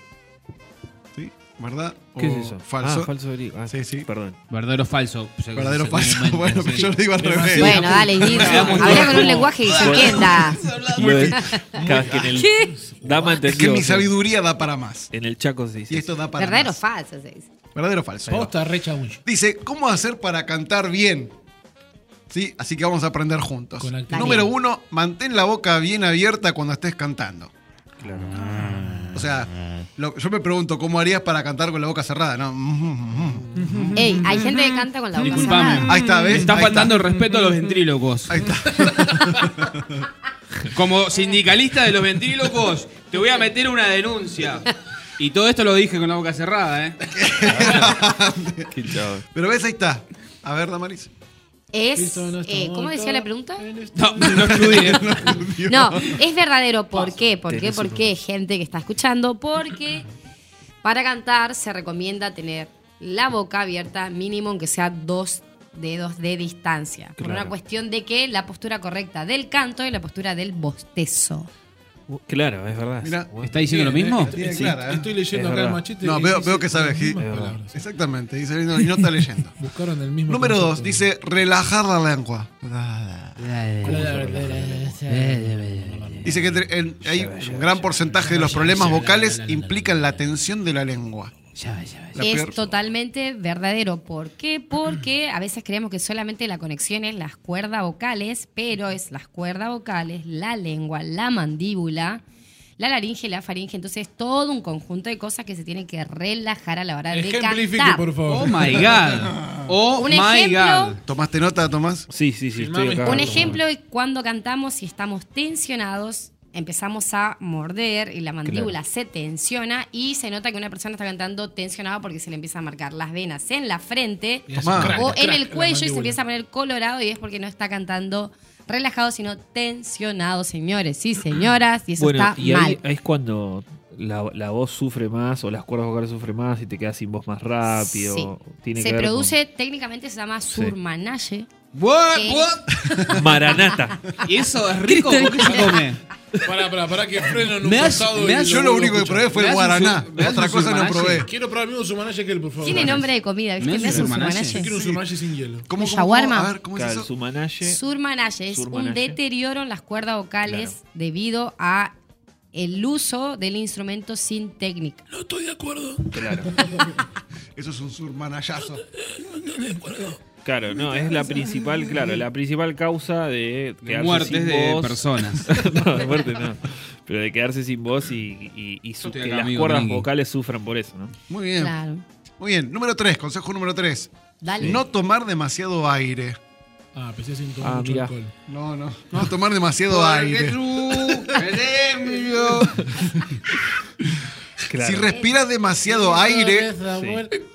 S5: ¿Sí? ¿Verdad?
S3: ¿Qué
S5: O
S3: es eso?
S5: Oh, Falso.
S3: Ah, falso verídico. Ah,
S5: Sí, sí.
S3: Perdón.
S2: Verdadero o falso. se-
S5: Verdadero o
S2: se-
S5: falso.
S2: se-
S5: Bueno, pero
S2: sí.
S5: yo lo digo al revés.
S9: bueno, dale, Guido. Habla con un lenguaje que se entienda.
S3: Lo de- cada vez que en el- Dama
S5: Es que
S3: entendió.
S5: mi
S3: o sea,
S5: sabiduría da para más.
S3: En el Chaco se dice.
S5: Y esto da para
S9: Verdadero o
S5: más.
S9: falso, se dice.
S5: Verdadero o falso.
S4: Vos estás re chamuyo.
S5: Dice, ¿cómo hacer para cantar bien? ¿Sí? Así que vamos a aprender juntos.
S4: Con actitud.
S5: Número uno, mantén la boca bien abierta cuando estés cantando. Ah. O sea, lo- yo me pregunto, ¿cómo harías para cantar con la boca cerrada? No. Mm, mm, mm.
S9: Ey, hay gente que canta con la boca
S2: Disculpame.
S9: cerrada.
S5: Ahí está, ¿ves?
S2: Está
S5: ¿eh? Ahí
S2: faltando el respeto a los ventrílocos.
S5: Ahí está.
S2: Como sindicalista de los ventrílocos, te voy a meter una denuncia. Y todo esto lo dije con la boca cerrada, ¿eh?
S3: Qué chavo.
S5: Pero ves, ahí está. A ver, Damaris.
S9: Es,
S4: Cristo no está
S9: eh, ¿cómo decía
S4: muerto.
S9: la pregunta?
S2: No, no estudié.
S9: No, es verdadero. ¿Por qué? ¿Por qué?
S3: Tenés
S9: ¿Por
S3: un
S9: qué, gente que está escuchando? Porque para cantar se recomienda tener la boca abierta mínimo, aunque sea dos dedos de distancia. Por
S3: Claro.
S9: una cuestión de que la postura correcta del canto y la postura del bostezo.
S3: Uh, Claro, es verdad.
S5: Mirá.
S3: Bueno.
S2: ¿Está diciendo lo mismo?
S5: Tiene
S4: Sí,
S5: clara, ¿eh?
S4: Estoy leyendo
S3: Es
S4: acá el
S3: verdad.
S4: machete.
S5: No,
S4: que
S5: veo,
S4: dice
S5: veo que sabes.
S4: las mismas
S5: Gil.
S4: palabras.
S5: Exactamente. Dice, no, y no está leyendo.
S4: Buscaron el mismo.
S5: Número dos,
S4: concepto.
S5: dice relajar la lengua. Dice que entre- en- hay un gran porcentaje de los problemas vocales implican la tensión de la lengua. La
S9: es
S5: peor-
S9: totalmente verdadero. ¿Por qué? Porque a veces creemos que solamente la conexión es las cuerdas vocales, pero es las cuerdas vocales, la lengua, la mandíbula, la laringe, la faringe. Entonces, todo un conjunto de cosas que se tienen que relajar a la hora de
S4: Ejemplifique,
S9: cantar.
S4: por favor.
S2: Oh my god. Oh
S9: Un
S2: my
S9: ejemplo.
S2: god.
S5: ¿Tomaste nota, Tomás?
S3: Sí, sí, sí. Estoy acá.
S9: Un ejemplo es cuando cantamos y estamos tensionados, empezamos a morder y la mandíbula se tensiona y se nota que una persona está cantando tensionada porque se le empieza a marcar las venas en la frente
S4: Y hace
S5: Tomá.
S4: crack,
S9: o
S4: crack
S9: en
S4: la
S9: el cuello y se
S4: mandíbula.
S9: empieza a poner colorado y es porque no está cantando relajado, sino tensionado, señores y señoras, y eso
S3: Bueno,
S9: está
S3: y
S9: mal.
S3: ahí, ahí es cuando la, la voz sufre más o las cuerdas vocales sufren más y te quedas sin voz más rápido.
S9: Sí.
S3: Tiene
S9: se
S3: que ver con-
S9: produce, técnicamente se llama surmanaje.
S2: What?
S9: ¿Qué?
S2: What?
S3: Maranata.
S2: ¿Y eso es rico? ¿Con qué se come?
S4: Pará, pará, pará, que freno en un
S2: Me das-
S4: costado
S2: me
S4: y
S2: das-
S5: Yo lo único que probé fue
S2: ¿Me
S5: el
S2: das un
S5: guaraná.
S2: sur- me das
S5: Otra
S2: un
S5: cosa no
S2: surmanache?
S5: probé.
S4: Quiero probar amigo su manager, por favor.
S9: Tiene nombre de comida, ¿viste?
S2: ¿No es
S9: ¿Me hace un
S2: surmanaje?
S9: surmanaje?
S4: Yo quiero un sumanaje sin hielo.
S5: ¿Cómo,
S9: Un
S5: cómo, cómo?
S9: shawarma.
S5: A ver, ¿cómo es
S3: Claro,
S5: eso?
S3: su manaje.
S9: Surmanaje es un
S3: Surmanaje.
S9: deterioro en las cuerdas vocales
S3: Claro.
S9: debido a el uso del instrumento sin técnica.
S4: No estoy de acuerdo.
S3: Claro.
S5: Eso es un surmanayazo.
S3: Claro, no, es la principal, claro, la principal causa de
S2: De
S3: quedarse
S2: muertes
S3: sin
S2: de
S3: voz.
S2: personas.
S3: no, de muerte no. Pero de quedarse sin voz y, y- y su-
S2: Estoy
S3: que
S2: acá,
S3: las
S2: amigo,
S3: cuerdas
S2: Mingui.
S3: vocales sufran por eso, ¿no?
S5: Muy bien.
S9: Claro.
S5: Muy bien. Número tres, consejo número tres.
S9: Dale.
S5: No tomar demasiado aire.
S4: Ah, pensé sin tomar
S3: Ah,
S4: mucho
S3: mirá.
S4: alcohol.
S5: No, no. No tomar demasiado
S11: Porque
S5: aire.
S11: tú, Eremio.
S3: Claro.
S5: Si respiras demasiado aire,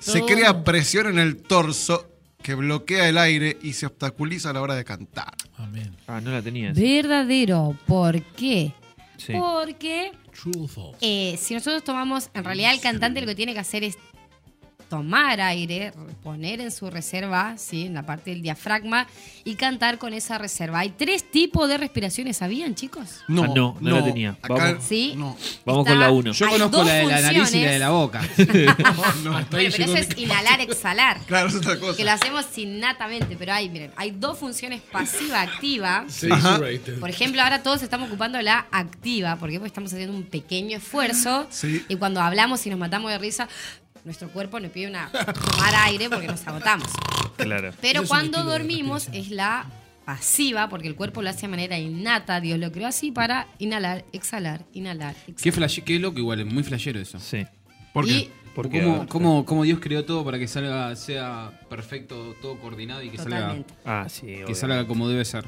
S5: se crea presión en el torso que bloquea el aire y se obstaculiza a la hora de cantar.
S4: Amén.
S3: Ah, no la tenías.
S9: Verdadero. ¿Por qué?
S3: Sí.
S9: Porque
S4: True o false.
S9: eh, si nosotros tomamos, en realidad el cantante lo que tiene que hacer es tomar aire, poner en su reserva, ¿sí? en la parte del diafragma, y cantar con esa reserva. Hay tres tipos de respiraciones, ¿sabían, chicos?
S3: Ah, no, no la tenía. Vamos.
S9: Sí.
S5: No.
S3: Vamos
S9: Está-
S3: con la 1.
S2: Yo
S9: Hay
S2: conozco
S9: dos
S2: la de la nariz y la de
S9: funciones.
S2: la boca.
S5: No, hasta ahí
S9: Bueno, pero
S5: llegó
S9: eso es
S5: mi-
S9: inhalar, exhalar.
S5: Claro, es otra
S9: Que
S5: cosa.
S9: lo hacemos innatamente, pero hay, miren, hay dos funciones pasiva-activa.
S4: Sí, rated.
S9: Por ejemplo, ahora todos estamos ocupando la activa, porque pues estamos haciendo un pequeño esfuerzo
S5: Sí.
S9: y cuando hablamos y nos matamos de risa, nuestro cuerpo nos pide una tomar aire porque nos agotamos.
S3: Claro.
S4: Ese
S9: Pero
S4: es un
S9: cuando
S4: estilo de
S9: dormimos es la pasiva, porque el cuerpo lo hace de manera innata, Dios lo creó así para inhalar, exhalar, inhalar,
S2: qué,
S9: exhalar.
S2: flash, qué loco, igual, es muy flashero eso.
S3: Sí.
S5: ¿Por qué?
S9: Y-
S3: Porque
S2: ¿Cómo, cómo, cómo Dios creó todo para que salga, sea perfecto, todo coordinado y que salga,
S9: Totalmente.
S3: Ah, sí.
S2: que
S3: obvio.
S2: salga como debe ser?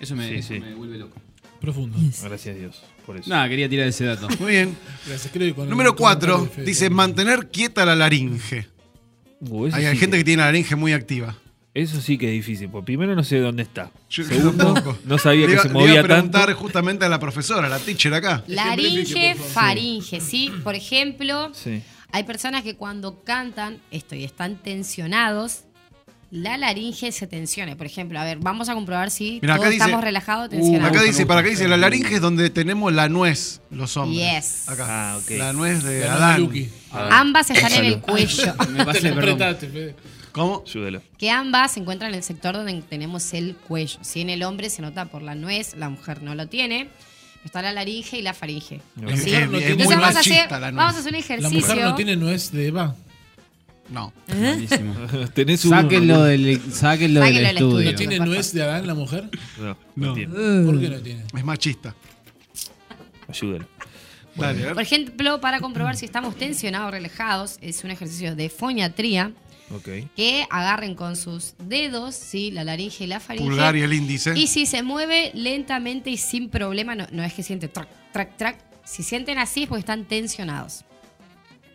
S2: Eso me,
S3: Sí,
S2: eso
S3: sí.
S2: me vuelve loco.
S4: Profundo.
S3: Gracias a Dios por eso.
S2: Nada, quería tirar ese dato.
S5: Muy bien.
S4: Gracias, creo que con el
S5: Número
S4: comentario
S5: 4
S4: de Fede
S5: dice
S4: también.
S5: mantener quieta la laringe.
S3: Uh, eso
S5: Hay
S3: sí
S5: gente
S3: que-
S5: que tiene la laringe muy activa.
S3: Eso sí que es difícil. Porque primero no sé dónde está.
S5: Yo
S3: Segundo,
S5: tampoco.
S3: no
S5: Le
S3: sabía que
S5: iba-
S3: se
S5: Le iba
S3: movía
S5: a preguntar
S3: tanto.
S5: justamente a la profesora, a la teacher acá.
S9: Laringe, faringe, ¿sí? Por ejemplo,
S3: Sí.
S9: hay personas que cuando cantan esto y están tensionados, la laringe se tensiona. Por ejemplo, a ver, vamos a comprobar si
S5: Mirá, acá
S9: todos
S5: dice- uh,
S9: estamos relajados o
S2: Me
S9: tensionados.
S5: Acá
S2: gusta, me
S5: dice, para acá
S2: gusta.
S5: dice, la laringe es donde tenemos la nuez, los hombres.
S9: Yes.
S5: Acá.
S3: Ah, ok.
S5: La nuez de
S4: Ganó
S5: Adán.
S4: Yuki.
S9: ambas están en el cuello.
S2: Me
S4: Te
S2: pasé,
S4: lo
S2: perdón.
S4: apretaste, Fede.
S5: ¿Cómo?
S3: Ayúdalo.
S9: Que ambas se encuentran en el sector donde tenemos el cuello. Si en el hombre se nota por la nuez, la mujer no lo tiene. pero Está la laringe y la faringe. ¿sí?
S4: La mujer no
S5: Es
S4: tiene-
S9: Entonces
S5: muy
S9: vamos a, hacer,
S5: machista la nuez.
S9: vamos a hacer un
S4: La
S9: ejercicio.
S4: mujer no tiene nuez de Eva.
S5: No.
S2: Buenísimo.
S3: Tenés un.
S2: Sáquenlo del,
S9: Sáquenlo
S2: sáquenlo
S9: del
S2: del estudio.
S4: ¿No tiene nuez de Adán la mujer?
S3: No, no tiene.
S9: Mm.
S4: ¿Por qué no tiene?
S5: Es machista.
S3: Ayúdalo.
S5: Dale, a
S9: Por
S5: ver.
S9: ejemplo, para comprobar si estamos tensionados o relajados, es un ejercicio de foniatría.
S3: Ok.
S9: que agarren con sus dedos, ¿sí? la laringe y la faringe.
S5: Pulgar y el índice.
S9: Y si se mueve lentamente y sin problema, no, no es que siente track, track, track. Si sienten así es porque están tensionados.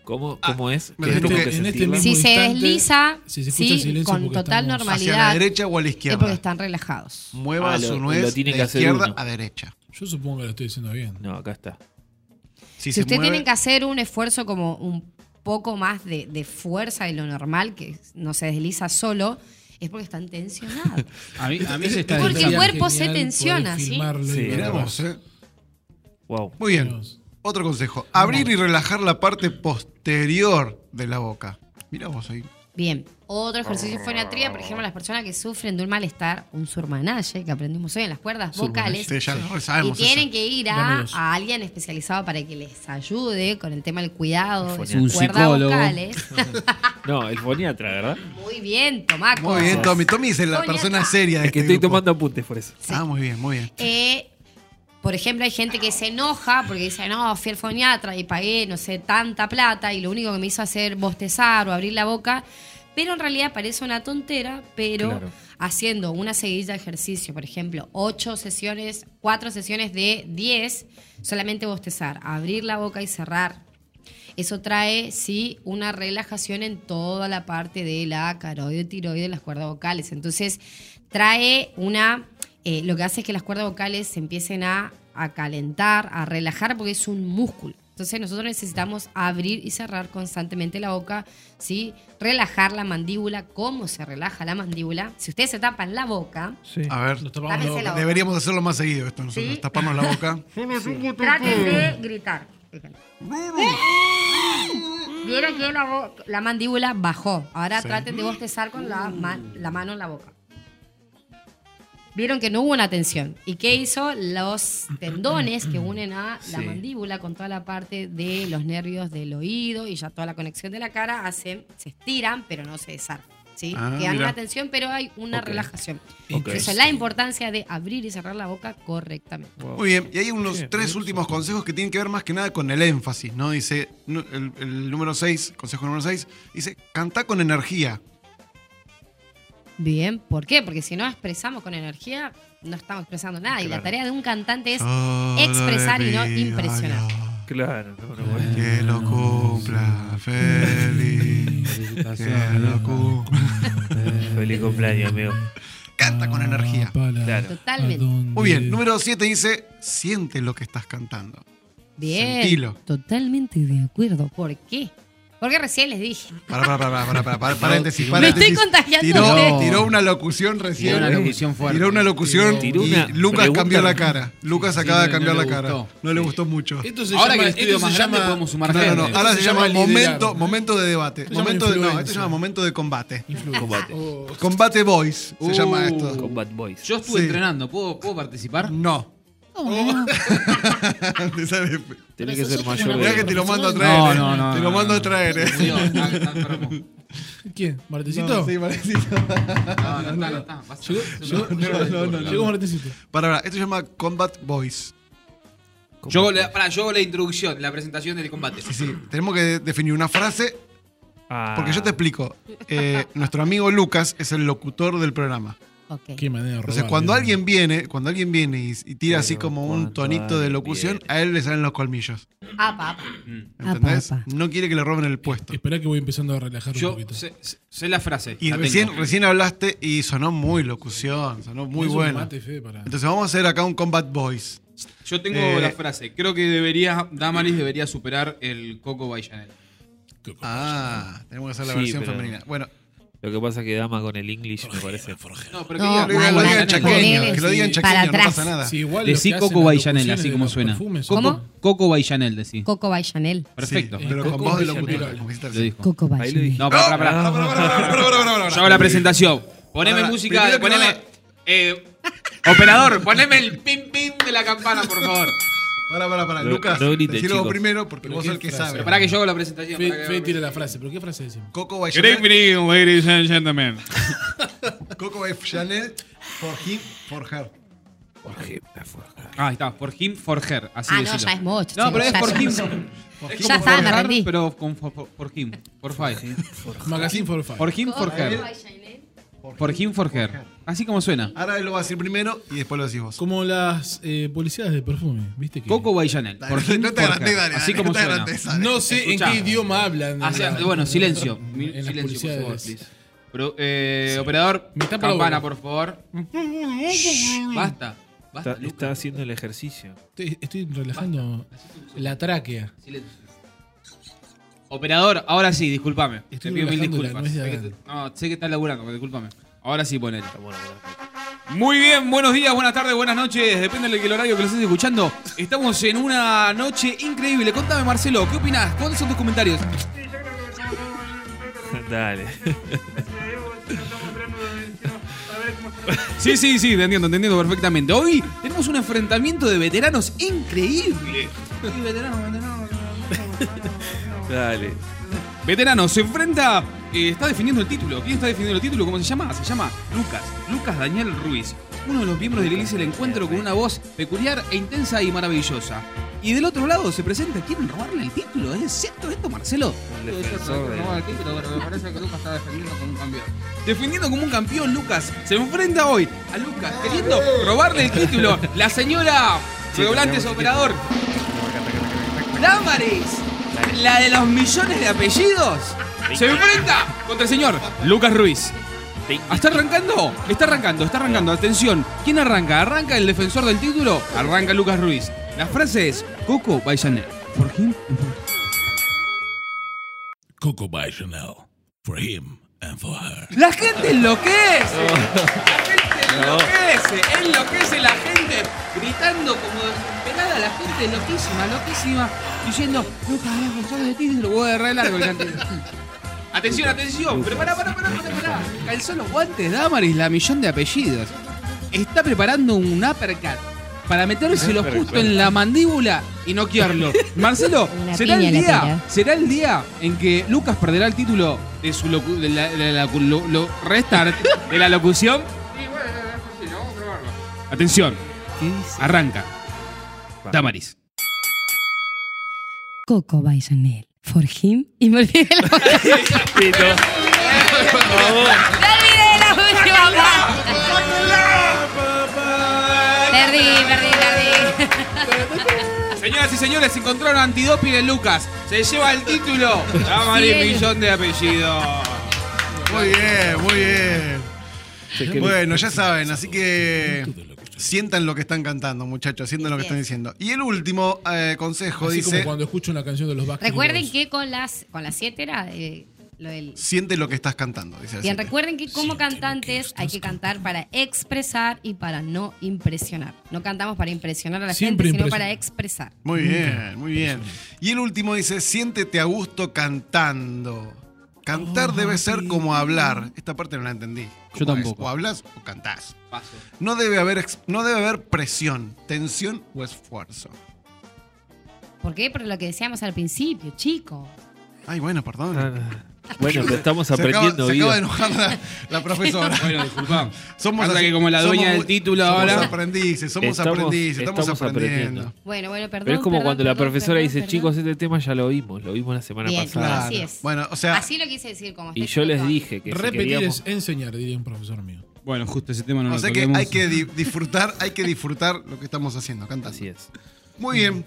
S3: ¿Cómo, cómo es?
S5: me
S3: Que
S5: dijiste que
S3: tengo que
S4: en este
S3: sentirlo.
S4: mismo-
S9: Si se
S4: instante,
S9: desliza,
S4: si se escucha
S9: sí,
S4: el silencio
S9: con
S4: porque
S9: total
S4: estamos-
S5: ¿Hacia la
S9: normalidad,
S5: derecha o a la
S9: es Eh, porque
S5: izquierda?
S9: están relajados.
S5: Mueva
S3: Ah, lo-
S5: su
S3: lo
S5: nuez
S3: tiene
S5: de
S3: que hacer
S5: izquierda
S3: uno.
S5: a derecha.
S4: Yo supongo que lo estoy diciendo bien.
S3: No, acá está.
S9: Si ustedes
S5: mueve-
S9: tienen que hacer un esfuerzo como un poco más de, de fuerza de lo normal, que no se desliza solo, es porque están tensionados.
S2: A mí, a mí se está
S9: Porque
S2: diciendo-
S9: el cuerpo se
S4: Genial poder
S9: tensiona, ¿sí?
S4: filmarlo y
S3: Sí,
S5: Mirá
S4: grabar.
S5: vos, eh.
S3: Wow.
S5: Muy bien. Otro consejo. Abrir y relajar la parte posterior de la boca. Mirá vos ahí.
S9: Bien. Otro ejercicio de foniatría, por ejemplo, las personas que sufren de un malestar, un surmanaje, que aprendimos hoy en las cuerdas vocales,
S5: Sí, ya lo
S9: y
S5: sabemos.
S9: tienen
S5: eso.
S9: que ir a,
S4: Dámelos.
S9: a alguien especializado para que les ayude con el tema del cuidado de
S2: Un
S9: sus cuerdas
S2: psicólogo.
S9: vocales.
S3: No, el foniatra, ¿verdad?
S9: Muy bien, Tomaco.
S5: Muy bien, Tommy. Tommy es la
S9: Coñata.
S5: persona seria de
S3: Es que
S5: este
S3: estoy
S5: grupo.
S3: tomando apuntes por eso.
S5: Ah, muy bien, muy bien.
S9: Eh, por ejemplo, hay gente que se enoja porque dice, no, fui al foniatra y pagué, no sé, tanta plata y lo único que me hizo hacer bostezar o abrir la boca. Pero en realidad parece una tontera, pero
S3: Claro.
S9: haciendo una seguidilla de ejercicio, por ejemplo, ocho sesiones, cuatro sesiones de 10, solamente bostezar, abrir la boca y cerrar. Eso trae, sí, una relajación en toda la parte de la caroide, tiroide, las cuerdas vocales. Entonces, trae una. eh, lo que hace es que las cuerdas vocales se empiecen a, a calentar, a relajar, porque es un músculo. Entonces, nosotros necesitamos abrir y cerrar constantemente la boca, ¿sí? Relajar la mandíbula. ¿Cómo se relaja la mandíbula? Si ustedes se tapan la boca,
S3: Sí.
S5: A ver,
S4: Nos tapamos la
S9: Lávense
S4: boca.
S9: la boca.
S5: deberíamos hacerlo más seguido esto nosotros.
S9: Sí.
S5: Taparnos la boca.
S9: traten de gritar. Vieron que la, bo- la mandíbula bajó. Ahora
S5: Sí.
S9: traten de bostezar con la, ma- la mano en la boca. Vieron que no hubo una tensión. ¿Y qué hizo? Los tendones que unen a la
S3: Sí.
S9: mandíbula con toda la parte de los nervios del oído y ya toda la conexión de la cara hacen, se estiran, pero no se desarman. ¿sí?
S5: Ah,
S9: Quedan
S5: mirá.
S9: una tensión, pero hay una
S3: Ok.
S9: relajación.
S3: Ok.
S9: Eso es la importancia de abrir y cerrar la boca correctamente.
S5: Muy bien, y hay unos
S3: Bien,
S5: tres
S3: bien.
S5: últimos consejos que tienen que ver más que nada con el énfasis, ¿no? Dice nu- el, el número 6, consejo número 6, dice, canta con energía.
S9: Bien, ¿por qué? Porque si no expresamos con energía, no estamos expresando nada. Y la tarea de un cantante es
S3: Ah,
S9: expresar y no impresionar.
S3: Claro, no, no, bueno.
S5: Que lo cumpla feliz. Que lo cumpla.
S3: Feliz cumpleaños, amigo.
S5: Canta con energía.
S4: Para-
S3: Claro.
S9: Totalmente.
S4: ¿a dónde?
S5: Muy bien, número 7 dice, siente lo que estás cantando.
S9: Bien.
S5: Sentilo.
S9: Totalmente de acuerdo. ¿Por qué? Porque recién les dije.
S5: Para, para, para, para, para, para, paréntesis,
S3: Me
S5: paréntesis.
S9: estoy contagiando
S5: Tiró,
S9: de-
S5: tiró una locución recién.
S2: Tiró una locución fuerte.
S5: Tiró una locución
S3: Tiró
S5: y
S3: una
S5: Lucas
S3: pregunta.
S5: cambió la cara. Lucas acaba
S2: no-
S5: de cambiar
S2: no
S5: la
S2: le
S5: cara.
S2: gustó.
S5: No le gustó mucho.
S4: Esto se llama-
S2: Ahora que el
S4: esto
S2: estudio es
S4: se
S2: más grande
S4: llama-
S2: podemos sumar
S5: No, no, no.
S2: gente.
S5: Ahora
S4: Esto
S5: se
S4: se
S5: llama
S4: llama liderazgo.
S5: momento, momento de debate.
S4: Esto se llama
S5: Momento de, no, esto se
S4: influencia.
S5: llama momento de combate.
S3: Combate.
S5: Combate Boys se
S2: Oh. Uh.
S5: llama esto.
S3: Combat Boys.
S2: Yo estuve
S5: Sí.
S2: entrenando, ¿puedo, ¿puedo participar?
S5: No. Te sale-
S3: Tenés que ser mayor
S5: Mirá que
S3: de
S5: te lo mando a
S2: No,
S5: traer. eh.
S2: no, no,
S5: Te lo
S2: no,
S5: mando a
S2: no.
S5: traer. eh.
S2: Digo, Ah, está- está enfermo.
S4: ¿Quién? ¿Martecito?
S5: No, sí, parecito.
S2: No, no está, no está. Vas a-
S4: Llegó-
S5: no, no, no.
S4: Llegó Martecito.
S5: Para, para, esto se llama Combat Boys.
S2: Yo hago la- pará, yo hago la introducción, la presentación del combate.
S5: Sí, sí. Tenemos que de- definir una frase
S3: Ah.
S5: Porque yo te explico. Eh, nuestro amigo Lucas es el locutor del programa.
S9: Ok.
S4: Qué manera de
S5: Entonces,
S4: robar,
S5: cuando
S4: ¿no?
S5: alguien viene, cuando alguien viene y, y tira así
S3: Pero
S5: como un
S3: cuando
S5: tonito de
S3: alguien
S5: locución,
S3: viene.
S5: a él le salen los colmillos.
S9: Apa, apa. Ah,
S5: ¿Entendés?
S9: Apa, apa.
S5: No quiere que le roben el puesto.
S4: Esperá que voy empezando a relajar un
S2: Yo
S4: poquito.
S2: sé, sé- sé la frase.
S5: Y
S2: la
S5: recién,
S2: tengo.
S5: recién hablaste y sonó muy locución, sonó muy
S4: Es un
S5: bueno.
S4: mate, Fede, para-
S5: Entonces vamos a hacer acá un Combat Boys.
S2: Yo tengo
S5: Eh,
S2: la frase. Creo que debería, Damaris debería superar el Coco by Chanel.
S5: Ah, tenemos que hacer la
S3: Sí,
S5: versión
S3: pero-
S5: femenina. Bueno,
S3: Lo que pasa es que dama con el English me parece.
S9: No,
S2: No, pero
S5: que lo digan-
S9: mal,
S5: lo digan en
S9: mal,
S5: chaqueño,
S9: mal.
S5: que lo digan en
S9: Para
S5: chaqueño, no
S9: atrás.
S5: pasa nada.
S4: Sí, igual lo
S2: Decí
S4: que hacen
S2: Coco
S4: las
S2: by Chanel,
S4: locuciones
S2: así
S4: de
S2: como
S4: los
S2: suena.
S4: perfumes,
S2: Coco-
S9: ¿Cómo?
S2: Coco by Chanel, decí.
S9: Coco by Chanel.
S2: Perfecto.
S5: Sí, pero
S4: Eh,
S5: con
S4: Coco
S5: voz de
S4: Chanel.
S5: locutora, como dijiste
S2: Lo
S5: recién.
S2: dijo.
S9: Coco by
S3: Ahí lo
S9: Chanel.
S3: dije. Ah,
S2: No, pará, pará, pará. Yo hago la presentación. Poneme
S5: Pará,
S2: música,
S5: primero que
S2: poneme.
S5: nada-
S2: eh, operador, poneme el pim pim de la campana, por favor.
S5: Pará, pará, pará.
S3: No-
S5: Lucas,
S3: no grites,
S5: decilo vos
S3: chicos.
S5: primero porque
S4: Pero
S5: vos
S4: qué
S5: sos el que
S4: frase.
S5: sabe.
S2: Pero pará que yo hago la presentación.
S4: Fede,
S2: pará que hago
S4: Fede
S2: la
S4: tira la frase, pero ¿qué frase decimos?
S5: Coco by
S2: presentación.
S5: Chanel.
S2: ladies and gentlemen.
S5: Coco by Chanel for him, for her.
S2: Ah, ahí está. For him, for her. Así
S9: Ah, no,
S2: decilo.
S9: ya es mucho,
S2: No,
S9: chicos,
S2: pero es
S9: ya-
S2: for him.
S9: ya-
S2: Es
S9: Ya
S2: como
S9: está,
S2: for
S9: me
S2: her,
S9: rendí.
S2: Pero con for, for- for him. For five.
S4: Magazine for Five.
S2: For him, for her. For him, for her. Así como suena.
S5: Ahora él lo va a decir primero y después lo decís vos.
S4: Como las eh, publicidades de perfume, ¿viste? Que
S2: Coco by Chanel.
S5: Dale,
S2: For him,
S5: no te
S2: for
S5: agrandes,
S2: her.
S5: dale,
S2: Así
S5: dale,
S2: como
S5: no te
S2: suena.
S5: agrandes, dale.
S4: No sé en
S2: Escuchá.
S4: qué idioma hablan.
S2: Ah, sí,
S4: la-
S2: bueno, silencio. Mi-
S4: en las
S2: silencio, por favor,
S4: publicidades.
S2: please. Pero, eh, Operador,
S4: Me tapa la
S2: campana,
S4: boca.
S2: por favor. Basta. Basta,
S3: Está,
S2: Lucas.
S3: está haciendo el ejercicio.
S4: Estoy, estoy relajando la tráquea.
S2: Silencio. Operador, ahora sí, discúlpame.
S4: Estoy
S2: Te pido mil
S4: relajando la nuez
S2: disculpas.
S4: de
S2: Sé que
S4: Adán.
S2: te- no, sé que estás laburando, pero discúlpame. Ahora sí, ponele. Muy bien, buenos días, buenas tardes, buenas noches. Depende del horario que lo estés escuchando. Estamos en una noche increíble. Contame, Marcelo, ¿qué opinas? ¿Cuáles son tus comentarios?
S3: Dale.
S2: Sí, sí, sí, te entiendo, te entiendo perfectamiento. Hoy tenemos un enfrentamiento de veteranos increíble.
S3: Dale.
S2: Veterano, se enfrenta. eh, está definiendo el título. ¿Quién está definiendo el título? ¿Cómo se llama? Se llama Lucas. Lucas Daniel Ruiz. Uno de los miembros de la iglesia del encuentro con una voz peculiar e intensa y maravillosa. Y del otro lado se presenta. ¿Quieren robarle el título? ¿Es cierto esto, Marcelo?
S3: El defensor de-
S2: Defendiendo como un campeón, Lucas se enfrenta hoy a Lucas queriendo robarle el título. La señora
S3: Sí,
S2: Redoblantes
S3: tenemos
S2: Operador. Damaris, la de los millones de apellidos, se enfrenta contra el señor Lucas Ruiz. ¿Está arrancando? Está arrancando, está arrancando. Atención, ¿quién arranca? ¿Arranca el defensor del título? Arranca Lucas Ruiz. La frase es Coco Bayaner. For him and for
S4: Coco by Chanel. For him and for her.
S2: La gente enloquece. La gente enloquece. Enloquece la gente. Gritando como desesperada. La gente loquísima, loquísima. Diciendo, Lucas, voy a pensar de ti. Lo voy a agarrar largo. el cante". Atención, atención. Pero pará, pará, pará, pará. pará. Calzó los guantes Damaris, la millón de apellidos. Está preparando un uppercut. Para metérselo justo en la mandíbula y noquearlo. Marcelo,
S9: Una
S2: será el
S9: piña la
S2: día
S9: tira.
S2: será el día en que Lucas perderá el título de su locu- de la, de la locu- lo- lo- restart de la locución. Atención, arranca. Damaris.
S10: Coco by Chanel. For him. Y me olvidé la
S9: Me olvidé la última. Perdí, perdí, perdí.
S2: Señoras y señores, encontraron antidoping en Lucas. Se lleva el título. Damaris,
S9: Sí.
S2: millón de apellidos.
S5: Muy bien, muy bien.
S3: Se que-
S5: Bueno, ya saben, así que Sientan lo que están cantando, muchachos, sientan lo que
S9: Bien.
S5: están diciendo. Y el último eh, consejo
S4: Así
S5: dice,
S4: como cuando escucho una canción de los Backstreet
S9: Recuerden
S4: Boys.
S9: que con las con las siete era eh, lo del
S5: siente lo que estás cantando. Dice así.
S9: Bien, recuerden que como cantantes hay que cantar para expresar y para no impresionar. No cantamos para impresionar a la
S4: Siempre
S9: gente, sino
S4: impresiona.
S9: para expresar.
S5: Muy bien, muy bien. Y el último dice, siéntete a gusto cantando.
S2: Oh,
S5: Cantar debe ser como hablar. Esta parte no la entendí. ¿Cómo es?
S2: tampoco.
S5: O hablas o cantás.
S2: Paso.
S5: No debe haber, ex- no debe haber presión, tensión o esfuerzo.
S9: ¿Por qué? Por lo que decíamos al principio, chico.
S5: Ay, bueno, perdón.
S3: Ah, no. Bueno, pero estamos
S5: Se acaba-
S3: aprendiendo
S5: se acaba de
S3: vida.
S5: enojar la, la profesora.
S2: Bueno, disculpá.
S5: Somos
S2: Anda
S5: así-
S2: que como la
S5: somos
S2: dueña
S5: muy-
S2: del título
S5: somos
S2: ahora.
S5: aprendices, somos
S3: Estamos-
S5: aprendices, estamos,
S3: estamos
S5: aprendiendo.
S3: aprendiendo.
S9: Bueno, bueno, perdón.
S3: Pero es como
S9: perdón,
S3: cuando la
S9: perdón,
S3: profesora
S9: perdón,
S3: dice,
S9: perdón.
S3: chicos, este tema ya lo vimos, lo vimos la semana
S9: Bien,
S3: pasada.
S9: Así es.
S5: Bueno, o sea,
S9: Así lo quise decir como
S3: Y
S9: está
S3: yo les
S9: escrito.
S3: dije que si
S4: Repetir
S3: queríamos-
S4: es enseñar, diría un profesor mío.
S2: Bueno, justo ese tema no
S5: o
S2: lo
S5: sea que
S2: toquemos.
S5: hay que di- disfrutar, hay que disfrutar lo que estamos haciendo, cantando.
S3: Así es.
S5: Muy bien.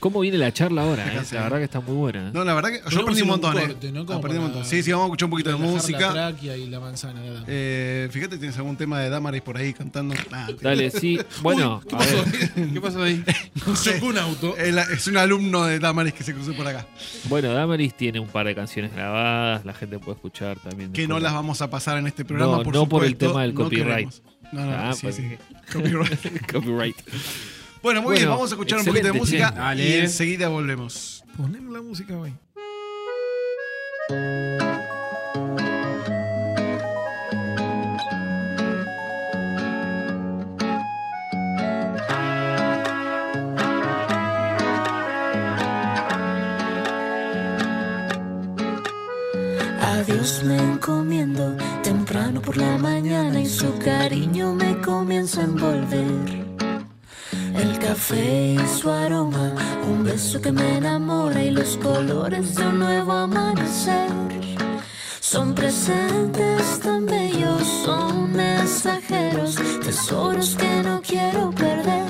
S3: ¿Cómo viene la charla ahora? eh?
S5: Fíjense.
S3: La verdad que está muy buena. eh.
S5: No, la verdad que yo
S4: Podemos
S5: aprendí un
S4: hacer un
S5: montón. eh.
S4: corte, ¿no? Como
S5: Aprendí un
S4: para
S5: montón. Sí, sí, vamos a escuchar un poquito de
S4: Relajar La
S5: música.
S4: tráquea y la manzana. de Adán.
S5: Eh, fíjate, ¿tienes algún tema de Damaris por ahí cantando? Nah,
S3: Dale, sí. Bueno, a ver,
S2: ¿Qué pasó ahí?
S5: no sé.
S4: Chocó un auto.
S5: Es la- es un alumno de Damaris que se cruzó por acá.
S3: bueno, Damaris tiene un par de canciones grabadas, la gente puede escuchar también.
S5: Que
S3: después.
S5: no las vamos a pasar en este programa,
S3: No,
S5: por
S3: no por el
S5: supuesto,
S3: tema del
S5: no
S3: copyright.
S5: queremos. No, no,
S3: Ah,
S5: sí,
S3: pues.
S5: sí. Copyright.
S3: Copyright.
S5: Bueno, muy bien,
S3: Bueno,
S5: vamos a escuchar un poquito de
S3: excelente,
S5: música
S3: che.
S5: y
S2: Dale.
S5: enseguida volvemos.
S4: Ponen la música, güey.
S8: A Dios me encomiendo temprano por la mañana y su cariño me comienza a envolver. El café y su aroma, un beso que me enamora y los colores de un nuevo amanecer. Son presentes tan bellos, son mensajeros, tesoros que no quiero perder.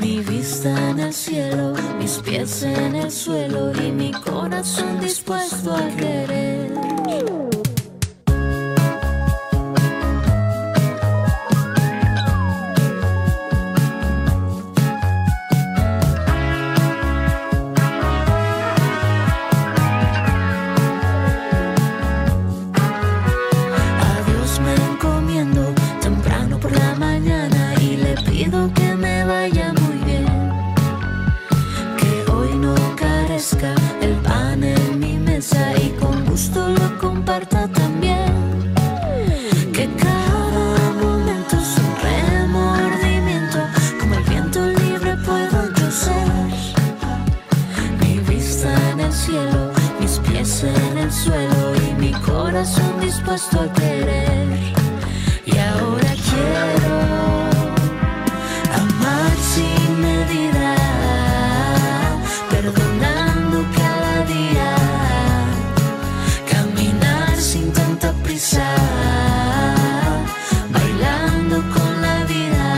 S8: Mi vista en el cielo, mis pies en el suelo y mi corazón dispuesto a querer. A Dios me encomiendo temprano por la mañana y le pido que me vaya muy bien. Que hoy no carezca el pan en mi mesa y con gusto lo comparta también. Que cada momento es un remordimiento, como el viento libre puedo yo ser. Mi vista en el cielo, mis pies en el suelo y mi corazón dispuesto a querer. Y ahora quiero amar sin medida, perdonando cada día, caminar sin tanta prisa, bailando con la vida,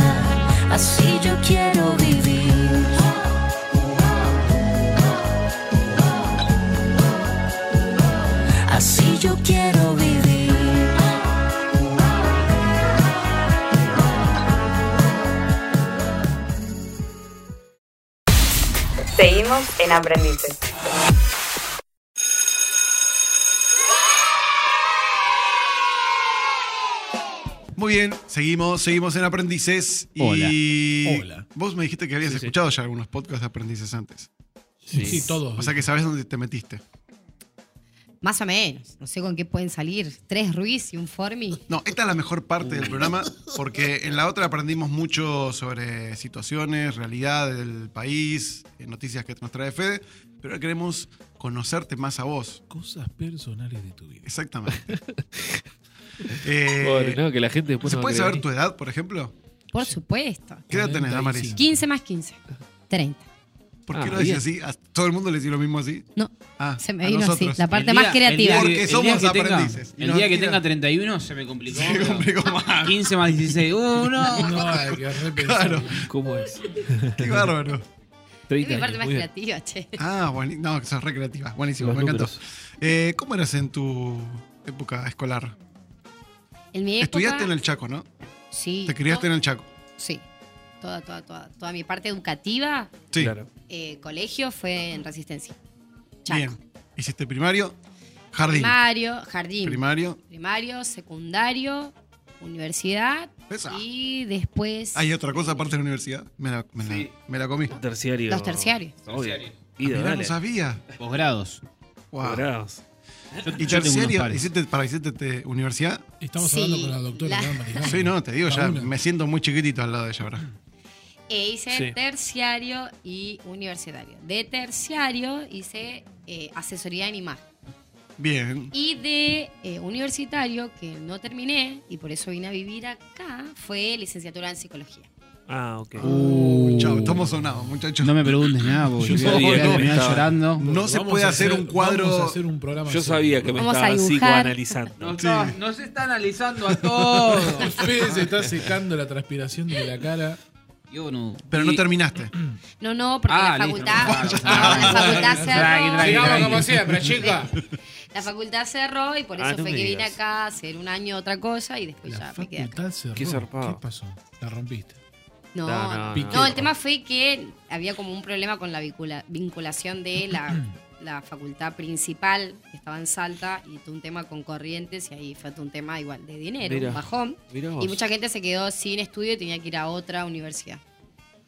S8: así yo quiero vivir. así yo quiero vivir.
S6: Seguimos en Aprendices.
S5: Muy bien, seguimos, seguimos en Aprendices. Y
S4: Hola.
S5: vos me dijiste que habías escuchado ya algunos podcasts de Aprendices antes.
S4: Sí, sí, todos.
S5: O sea que sabés dónde te metiste.
S9: Más o menos. No sé con qué pueden salir. Tres Ruiz y un Formi.
S5: No, esta es la mejor parte del programa porque en la otra aprendimos mucho sobre situaciones, realidad del país, eh, noticias que nos trae Fede, pero ahora queremos conocerte más a vos.
S4: Cosas personales de tu vida.
S5: Exactamente. Eh,
S3: Pobre, ¿no? Que la gente después
S5: ¿Se
S3: no
S5: puede
S3: cree.
S5: saber tu edad, por ejemplo?
S9: Por supuesto.
S5: ¿Qué edad tenés,
S4: 45?
S5: Damaris?
S9: 15 más 15. 30.
S5: ¿Por qué
S3: Ah,
S5: lo decís
S3: bien.
S5: así? ¿A todo el mundo le decís lo mismo así?
S9: No,
S5: Ah,
S9: se me
S5: a
S9: vino así.
S5: nosotros.
S9: La parte más creativa.
S5: Porque somos aprendices. Y
S2: Tenga, el
S5: nos
S2: día que
S5: tira-
S2: tenga 31 se me complicó.
S5: Se complicó más.
S2: 15 más 16. ¡Uno!
S4: No, hay que repensar.
S5: Claro,
S3: ¿Cómo es?
S5: qué bárbaro.
S3: 30
S9: Es mi parte
S3: años,
S9: más
S3: muy bien.
S9: creativa, che.
S5: Ah, buenísimo. No, que sos recreativa. Buenísimo,
S3: Los
S5: me encantó.
S3: números.
S5: Eh, ¿Cómo eras en tu época escolar?
S9: En mi época,
S5: Estudiaste en el Chaco, ¿no?
S9: Sí.
S5: Te criaste en el Chaco.
S9: Sí. Toda, toda, toda, toda mi parte educativa,
S5: Sí.
S3: Claro.
S9: eh, colegio, fue en Resistencia. Chaco.
S5: Bien. Hiciste primario, jardín.
S9: Primario, jardín.
S5: Primario.
S9: Primario, secundario, universidad.
S5: Esa.
S9: Y después
S5: ¿Hay otra cosa aparte de la universidad? Me la, me la-
S11: Sí.
S5: me la comí.
S3: Terciario.
S9: los terciarios.
S3: Obvio.
S11: Terciario.
S3: Guido,
S5: Mirá, no
S3: dale.
S5: sabía.
S2: Posgrados.
S5: Guau.
S3: Cobrados.
S5: ¿Y
S2: Yo tengo unos
S5: terciario?
S2: pares.
S5: ¿Hiciste, para, ¿Hiciste te- universidad?
S4: Estamos
S9: Sí,
S4: hablando con la doctora.
S9: la-
S4: ¿no, Marijana?
S5: Sí, no, te digo,
S4: Cada
S5: ya
S4: una.
S5: me siento muy chiquitito al lado de ella ahora.
S9: E hice
S3: Sí.
S9: terciario y universitario. De terciario hice eh, asesoría en imagen.
S5: Bien.
S9: Y de eh, universitario, que no terminé y por eso vine a vivir acá, fue licenciatura en psicología.
S3: Ah, ok.
S5: Uh, chao, estamos sonados, muchachos.
S2: No me preguntes nada, porque
S4: Yo
S2: voy a-
S4: sabía
S2: voy a
S4: que
S2: terminar
S3: estaba-
S2: llorando.
S5: No se
S4: Vamos
S5: puede
S4: a
S5: hacer un cuadro-
S4: Vamos a hacer un programa.
S3: Yo
S4: así.
S3: sabía que me
S9: Vamos a
S3: estaban
S9: dibujar.
S3: psicoanalizando.
S11: Nos, está- nos está analizando a todos.
S4: Fede se está secando la transpiración de la cara.
S2: Yo no.
S5: Pero no terminaste.
S9: No, no, porque
S2: Ah,
S9: la
S2: listo.
S9: facultad.
S2: Ah, ya
S9: no, la
S2: está.
S9: facultad
S2: Tranqui,
S9: cerró.
S2: tranqui, Sigamos tranqui. como
S4: siempre, chica.
S9: La facultad cerró y por eso
S3: Ah, no
S9: fue
S3: me
S9: que vine
S3: digas.
S9: acá a hacer un año otra cosa y después
S4: La
S9: Pues ya me quedé acá.
S4: facultad cerró.
S3: Qué zarpado.
S4: ¿Qué pasó? La rompiste.
S9: No,
S3: No,
S9: no, no.
S3: no,
S4: no.
S9: No, el tema fue que había como un problema con la vincula- vinculación de la, la facultad principal, que estaba en Salta, y tuvo un tema con corrientes, y ahí fue todo un tema igual de dinero,
S3: Mirá.
S9: un bajón.
S3: Mirá vos.
S9: Y mucha gente se quedó sin estudio y tenía que ir a otra universidad.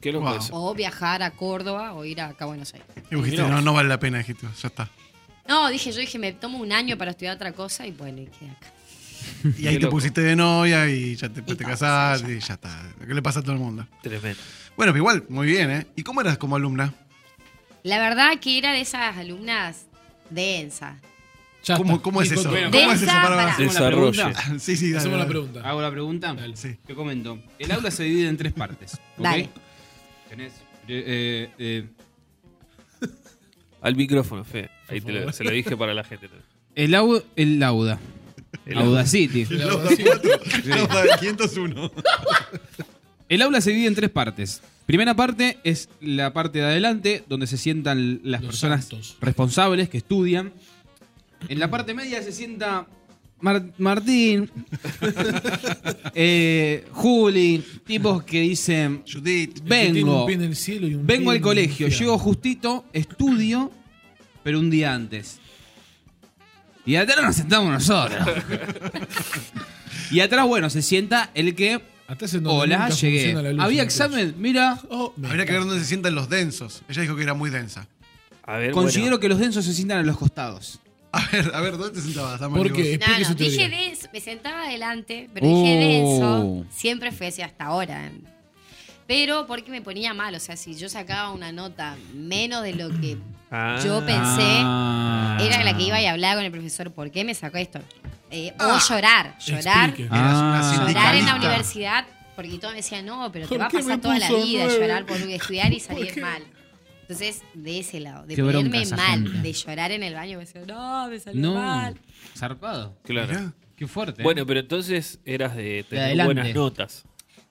S3: Qué loco
S5: Wow.
S3: eso.
S9: O viajar a Córdoba o ir acá a Buenos Aires.
S5: Y vos dijiste,
S3: Mirá.
S5: no, no vale la pena, dijiste, ya está.
S9: No, dije, yo dije, me tomo un año para estudiar otra cosa y bueno, y quedé acá.
S5: Y ahí
S3: Qué
S5: te
S3: loco.
S5: pusiste de novia y ya te, pues,
S9: Y
S5: te
S9: todo,
S5: casaste
S9: sí,
S5: y ya está. Lo que le pasa a todo el mundo.
S3: Tremendo.
S5: Bueno, pero igual, muy bien, ¿eh? ¿Y cómo eras como alumna?
S9: La verdad que era de esas alumnas densas.
S4: Ya
S5: ¿Cómo,
S4: está.
S5: cómo es
S4: Dijo
S5: eso?
S4: que-
S2: bueno,
S5: ¿Cómo es
S9: Densa
S5: eso para
S9: para-
S2: ¿Hacemos la
S3: Desarrolle.
S2: pregunta?
S5: Sí, sí, dale,
S4: Hacemos la
S5: dale.
S4: pregunta.
S2: Hago la pregunta.
S5: Sí.
S2: Te comento. El aula se divide en tres partes. ¿ok?
S9: Dale.
S2: Tenés. eh, eh, eh,
S3: Al micrófono, Fe. Ahí
S4: Por
S3: te lo,
S4: favor.
S3: se lo dije para la gente.
S2: el, au, el lauda.
S3: El
S2: Audacity.
S4: La
S5: Los
S4: verdad, sí.
S5: Los de 501.
S2: El aula se divide en tres partes. Primera parte es la parte de adelante, donde se sientan las
S4: Los
S2: personas
S4: santos.
S2: responsables que estudian. En la parte media se sienta Mar- Martín, eh, Juli, tipos que dicen,
S5: Judith.
S4: Que tiene
S2: vengo,
S4: un pie en el cielo y un
S2: vengo
S4: pie
S2: al
S4: en
S2: colegio,
S4: el infierno.
S2: llego justito, estudio, pero un día antes. Y atrás nos sentamos nosotros. y atrás, bueno, se sienta el que
S4: Hasta ese donde
S2: Hola,
S4: nunca
S2: llegué.
S4: funciona la luz
S2: Había
S4: en la
S2: examen, mira.
S4: calle. Oh, me
S5: Habría que ver
S4: encanta.
S5: dónde se sientan los densos. Ella dijo que era muy densa.
S3: A ver,
S2: Considero
S3: bueno.
S2: que los densos se sientan a los costados.
S5: A ver, a ver, ¿dónde te sentabas? Amor?
S4: ¿Por qué?
S5: Digo,
S9: No,
S4: Explique
S9: no,
S4: su
S9: dije
S4: teoría.
S9: denso, me sentaba adelante, pero
S2: Oh.
S9: dije denso, siempre fue así hasta ahora. Pero porque me ponía mal, o sea, si yo sacaba una nota menos de lo que
S3: Ah.
S9: yo pensé,
S2: Ah.
S9: era la que iba y hablaba con el profesor, ¿por qué me sacó esto? Eh,
S5: Ah.
S9: O llorar, llorar,
S4: Explique.
S5: Eras una
S2: Ah.
S9: llorar en la
S5: sindicalista.
S9: universidad, porque todos me decían, no, pero te
S4: ¿Por
S9: va a
S4: qué me
S9: pasar toda la
S4: puso
S9: vida
S4: nueve?
S9: llorar por estudiar y salir
S4: qué?
S9: mal. Entonces, de ese lado, de
S2: Qué bronca
S9: ponerme
S2: esa
S9: mal,
S2: gente.
S9: de llorar en el baño, me decían, no, me salió
S2: No.
S9: mal.
S2: Zarpado.
S3: Claro.
S5: Mirá.
S2: Qué fuerte. ¿eh?
S3: Bueno, pero entonces eras de tener
S2: adelante.
S3: buenas notas.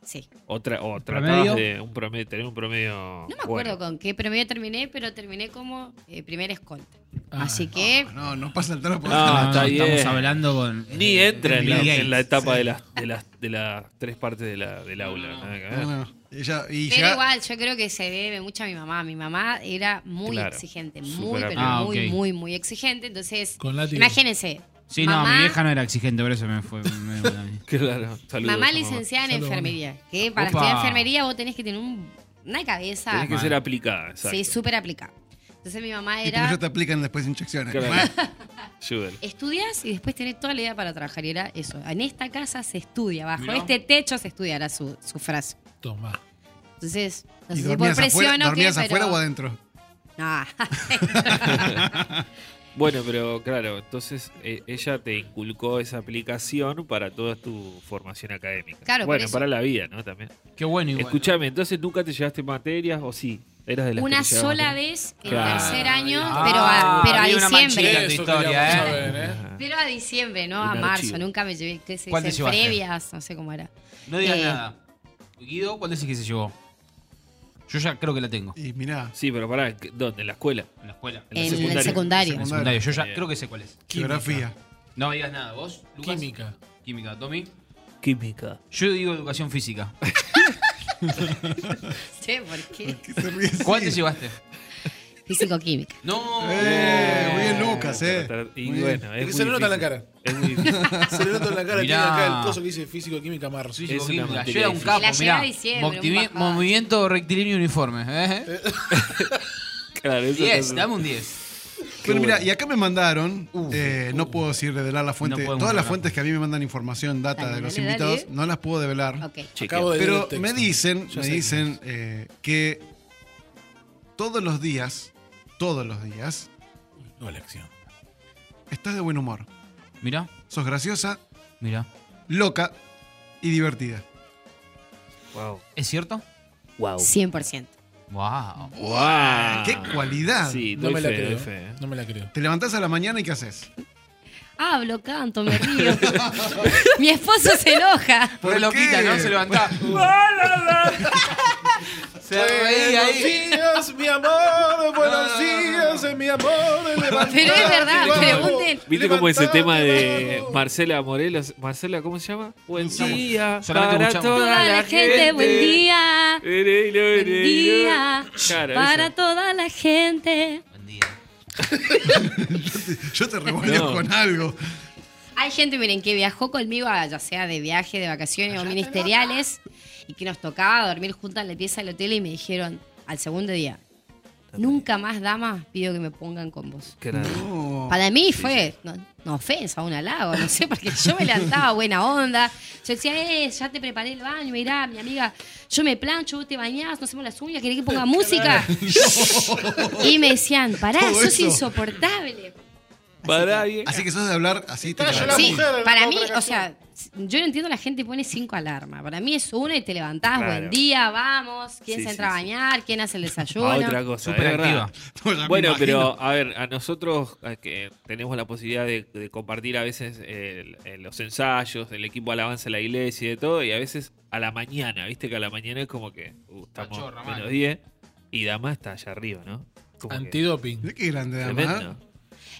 S9: Sí.
S3: O, tra- o
S2: Promedio.
S3: tratabas de un promedio, tener un promedio.
S9: No me acuerdo
S3: bueno.
S9: con qué promedio terminé, pero terminé como eh, primer escolta.
S4: Ah,
S9: Así que
S5: No, no pasa el trapo.
S3: No,
S2: Ah,
S3: está bien.
S2: Estamos hablando con.
S3: Ni
S2: eh,
S3: entra en la,
S2: Bill
S3: en la
S2: Gates.
S3: etapa de, las, de, las, de las tres partes de la, del aula. nada que ver.
S5: No, no. Ella, y
S9: Pero
S5: ya-
S9: igual, yo creo que se debe mucho a mi mamá. Mi mamá era muy
S3: Claro.
S9: exigente, muy,
S3: Súper
S9: pero
S2: Ah,
S9: muy,
S2: ok.
S9: muy, muy exigente. Entonces,
S4: Con látigo.
S9: imagínense.
S2: Sí,
S9: mamá,
S2: no, mi vieja no era exigente, por eso me fue. me- me- a mí.
S3: Claro, saludos.
S9: mamá
S3: a
S9: licenciada en
S4: Saludos, mamá.
S9: enfermería. Que para
S2: Opa.
S9: estudiar enfermería vos tenés que tener un- una cabeza
S3: Tenés que ser aplicada, exacto.
S9: sí, súper aplicada. Entonces mi mamá
S5: Y porque
S9: era,
S5: ya te aplican después inyecciones.
S3: Claro. Ayúdalo.
S9: estudias y después tenés toda la idea para trabajar. Y era eso, en esta casa se estudia, bajo
S2: Mirá.
S9: este techo se estudia, era su, su frase.
S4: Toma.
S9: Entonces, no
S5: ¿Y
S9: sé si por
S5: dormías afuera,
S9: presión o qué,
S5: dormías afuera
S9: pero... Ah,
S5: o adentro?
S9: No.
S3: Bueno, pero claro, entonces eh, ella te inculcó esa aplicación para toda tu formación académica.
S9: Claro, por
S3: bueno,
S9: eso.
S3: para la vida, ¿no? También.
S2: Qué bueno, igual.
S3: Escúchame, entonces nunca te llevaste materias o sí, eras de las que
S9: Una
S3: te llevabas
S9: sola
S3: materias?
S9: vez en
S3: Claro.
S9: tercer año,
S2: Ah,
S9: pero a, pero a
S2: había una manchita en
S9: diciembre.
S2: tu
S4: Eso
S2: historia,
S4: queríamos
S2: ¿eh?
S4: saber, ¿eh?
S9: Pero a diciembre, no a
S3: Un
S9: marzo.
S3: archivo.
S9: Nunca me llevé, qué sé,
S2: ¿Cuál te llevaste?
S9: previas, no sé cómo era.
S2: No digas
S9: Eh.
S2: nada. Guido, ¿cuál decís que se llevó? Yo ya creo que la tengo.
S5: Y mirá,
S3: Sí, pero pará, ¿qué- ¿dónde? ¿En la escuela?
S2: En la escuela.
S3: En la
S9: En el
S3: secundaria.
S9: secundario.
S2: En el secundario. Yo ya creo que sé cuál es.
S5: geografía.
S2: No digas nada. ¿Vos, Lucas?
S4: Química.
S2: Química. ¿Tommy?
S3: química.
S2: Yo digo educación física.
S9: Che, ¿por qué?
S2: ¿Cuál te llevaste?
S9: Físico-química.
S2: No.
S5: Eh, muy bien, Lucas, eh.
S3: Y
S5: Muy bien.
S3: bueno, es muy
S4: se le nota en la
S3: difícil.
S4: cara.
S3: Es muy difícil.
S4: Se le nota en la cara. Tiene
S2: Mirá.
S4: acá el coso que dice físico-química marro.
S2: Físico,
S3: Es una
S2: química.
S3: materia
S2: Yo era un
S3: difícil.
S2: capo,
S9: La lleva
S2: mirá.
S9: a diciembre, un
S2: Moctivi-
S9: bajón.
S2: movimiento rectilíneo uniforme. ¿eh?
S3: Claro, eso
S2: 10,
S3: no-
S2: dame un 10.
S5: Bueno, mira, y acá me mandaron, eh, no puedo decir revelar la
S2: No
S5: fuente.
S2: podemos
S5: Todas las
S2: revelar.
S5: fuentes que a mí me mandan información, data
S9: Dale,
S5: de los
S9: dale,
S5: invitados,
S9: dale.
S5: no las puedo develar.
S9: Ok.
S3: Chequeo.
S4: Acabo de leer
S5: Pero
S4: el texto.
S5: me dicen,
S4: Ya
S5: me
S4: sé quién
S5: dicen eh, que todos los días, todos los días,
S4: es. No, la acción.
S5: estás de buen humor.
S2: Mirá,
S5: Sos graciosa,
S2: mirá.
S5: loca y divertida.
S3: Wow.
S2: ¿Es cierto?
S3: Wow.
S9: 100%.
S2: Wow.
S5: ¡Qué cualidad!
S3: Ah, Sí,
S4: Ah, No
S3: doy
S4: me la
S3: fe, doy
S4: creo.
S3: fe, eh.
S4: No me la creo.
S5: Te levantás a la mañana y ¿qué haces?
S9: Hablo, canto, me río. Mi esposo se enoja.
S2: Fue
S5: ¿Por
S2: loquita,
S5: qué?
S2: ¿no? Se levantaba. Se reía ahí.
S4: días, mi amor. Buenos días, eh, mi amor.
S9: Pero es verdad, pregunten.
S3: ¿Viste cómo ese tema de Marcela Morelos? Marcela, ¿cómo se llama? Buen día
S2: Solamente
S3: para
S2: escuchamos.
S3: toda la gente.
S9: buen día.
S3: Ere, ere,
S9: Buen
S3: ere, ere.
S9: día.
S3: Claro,
S9: para
S3: eso.
S9: toda la gente.
S2: Buen día.
S5: Yo te revoleo
S3: No.
S5: con algo.
S9: Hay gente, miren, que viajó conmigo, a- ya sea de viaje, de vacaciones o ministeriales, y que nos tocaba dormir juntas en la pieza del hotel y me dijeron al segundo día, nunca más, damas, pido que me pongan con vos.
S3: Claro.
S9: Para mí fue no, no ofensa, un halago, no sé, porque yo me levantaba buena onda. Yo decía, eh, ya te preparé el baño, mirá, mi amiga, yo me plancho, vos te bañás, no hacemos las uñas, querés que ponga música. y me decían, pará,
S5: Todo
S9: sos
S5: eso.
S9: insoportable.
S3: Para bien.
S5: Así que sos de hablar así. te
S4: Estalla
S5: cagás.
S9: Sí,
S4: mujer, la
S9: para
S4: otra
S9: mí,
S4: canción.
S9: o sea, yo no entiendo la gente pone cinco alarmas. Para mí es una y te levantás,
S3: Claro.
S9: buen día, vamos, quién
S3: Sí,
S9: se
S3: sí,
S9: entra a
S3: sí.
S9: bañar, quién hace el desayuno.
S3: A Ah, otra cosa, es
S2: Superactiva.
S3: verdad.
S5: No, ya me
S3: Bueno,
S5: imagino.
S3: pero a ver, a nosotros eh, que tenemos la posibilidad de, de compartir a veces eh, el- eh, los ensayos, el equipo alabanza de la iglesia y de todo, y a veces a la mañana, viste que a la mañana es como que uh, estamos
S2: Cachorra,
S3: menos
S2: mal.
S3: 10 y Dama está allá arriba, ¿no? Como que
S4: Antidoping.
S5: Mirá qué grande,
S3: tremendo.
S5: dama. ¿eh?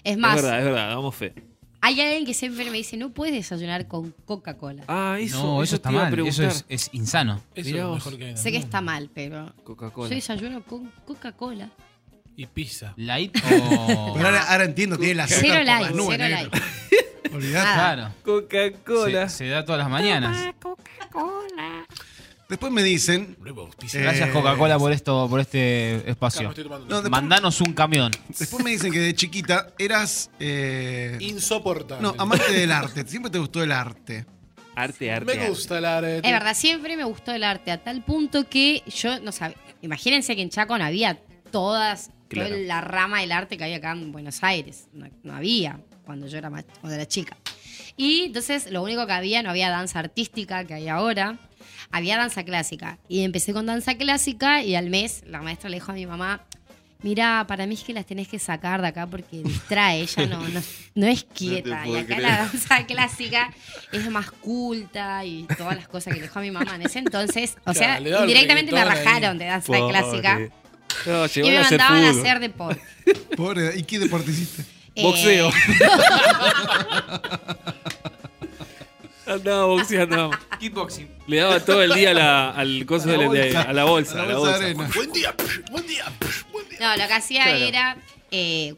S9: Es
S3: Es
S9: más,
S3: verdad, eh. es verdad, damos fe.
S9: hay alguien que siempre me dice, no puedes desayunar con Coca-Cola.
S3: Ah, eso,
S2: no, eso,
S3: eso
S2: está
S3: te iba a
S2: mal. Eso
S3: preguntar.
S2: es, es insano.
S4: Eso
S3: Mirá
S4: es lo
S3: vos.
S4: mejor que hay.
S9: Sé que está mal, pero yo
S3: Coca-Cola.
S9: desayuno con Coca-Cola.
S4: Y pizza.
S2: Light o.
S5: Pero ahora, ahora entiendo, tiene la
S9: Cero
S5: azúcar por
S9: like,
S5: las nubes,
S9: cero
S5: negro.
S9: like.
S5: Olvidate.
S9: Nada.
S2: Claro. Se,
S3: Coca-Cola.
S2: se da todas las mañanas.
S5: Después me dicen.
S4: Huevos, pizza.
S5: eh,
S2: Gracias Coca-Cola por esto, por este
S4: Acá me
S2: espacio.
S4: estoy tomando.
S5: No, después,
S2: Mandanos un camión.
S5: después me dicen que de chiquita eras. eh,
S4: Insoportable.
S5: no, amante del arte. Siempre te gustó el arte.
S3: Arte, arte.
S4: Me
S3: arte.
S4: gusta el arte.
S9: Es verdad, siempre me gustó el arte a tal punto que yo no sabía. Imagínense que en Chacón había todas,
S3: Claro.
S9: toda la rama del arte que había acá en Buenos Aires. No, no había cuando yo era, más- cuando era chica. Y entonces lo único que había, no había danza artística que hay ahora, había danza clásica. Y empecé con danza clásica y al mes la maestra le dijo a mi mamá. Mira, para mí es que las tenés que sacar de acá porque distrae, ella no, no, no es quieta. y acá la danza clásica es más culta y todas las cosas que dejó mi mamá en ese entonces. O
S4: Ya,
S9: sea,
S4: le daba el
S9: indirectamente me
S4: reggaetón ahí.
S9: rajaron de danza
S3: Pobre.
S9: clásica
S3: No,
S9: y
S3: llegó
S9: me
S3: a hacer
S9: mandaban a
S3: fútbol.
S9: hacer deporte.
S5: Pobre, ¿y qué deporte hiciste?
S9: Eh,
S3: Boxeo. Andaba boxeando. vamos.
S2: Kickboxing.
S3: Le daba todo el día a la, al coso de la- de- a la bolsa. A la bolsa.
S5: de arena.
S4: Buen día, buen día, buen día.
S9: Eh, No, lo que hacía
S3: Claro.
S9: era. eh,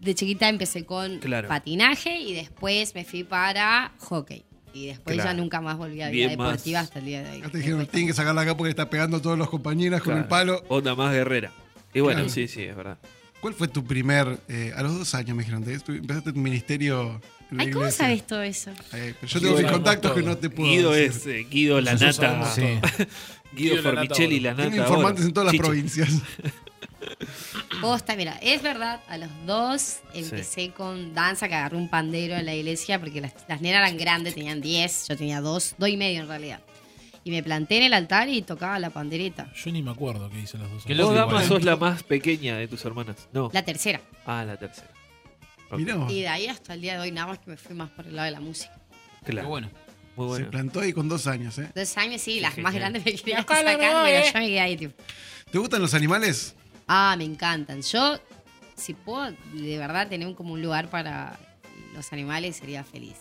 S9: de chiquita empecé con
S3: Claro.
S9: patinaje y después me fui para hockey. Y después
S3: Claro.
S9: ya nunca más volví a vida
S3: Bien más.
S9: deportiva hasta el día de hoy.
S5: Acá te dijeron,
S9: Después-
S5: tienen que sacarla acá porque está pegando a todos los compañeros con el
S3: Claro.
S5: palo.
S3: Onda más guerrera. Y bueno,
S5: Claro.
S3: sí, sí, es verdad.
S5: ¿Cuál fue tu primer. eh, a los dos años me dijeron, te- tu- empezaste tu ministerio. en la
S9: Ay, ¿cómo
S5: iglesia?
S9: sabes todo eso?
S5: Eh, pero yo tengo mis
S4: Guido
S5: contactos
S4: sabemos
S5: que
S4: todo.
S5: no te puedo.
S3: Guido
S5: decir.
S3: es eh, Guido la
S4: Nosotros
S3: nata.
S4: sabemos todo. Guido
S3: Guido,
S4: la nata
S3: Formichelli
S4: ahora.
S3: la nata.
S5: Tengo informantes
S3: ahora.
S5: en todas las
S3: Chiche.
S5: provincias.
S9: Posta, mira, es verdad, a los dos empecé con danza, que agarré un pandero en la iglesia, porque las, las nenas eran grandes, tenían 10, yo tenía dos, dos y medio en realidad. Y me planté en el altar y tocaba la pandereta.
S4: Yo ni me acuerdo qué dicen las dos.
S2: Qué
S3: Vos,
S2: loco,
S3: dama,
S2: igual.
S3: sos la más pequeña de tus hermanas. No.
S9: La tercera.
S3: Ah, la tercera. Ok.
S5: Mirá
S2: Oh.
S5: vos,
S9: Y de ahí hasta el día de hoy, nada más que me fui más por el lado de la música.
S2: Qué
S3: Claro.
S2: bueno.
S3: Muy
S5: Se
S3: bueno.
S5: plantó ahí con dos años, ¿eh?
S9: Dos años, sí, las más
S3: genial.
S9: grandes me querían sacar, pero yo me quedé ahí, tipo.
S5: ¿Te gustan los animales?
S9: Ah, me encantan. Yo, si puedo de verdad tener un- como un lugar para los animales, sería feliz.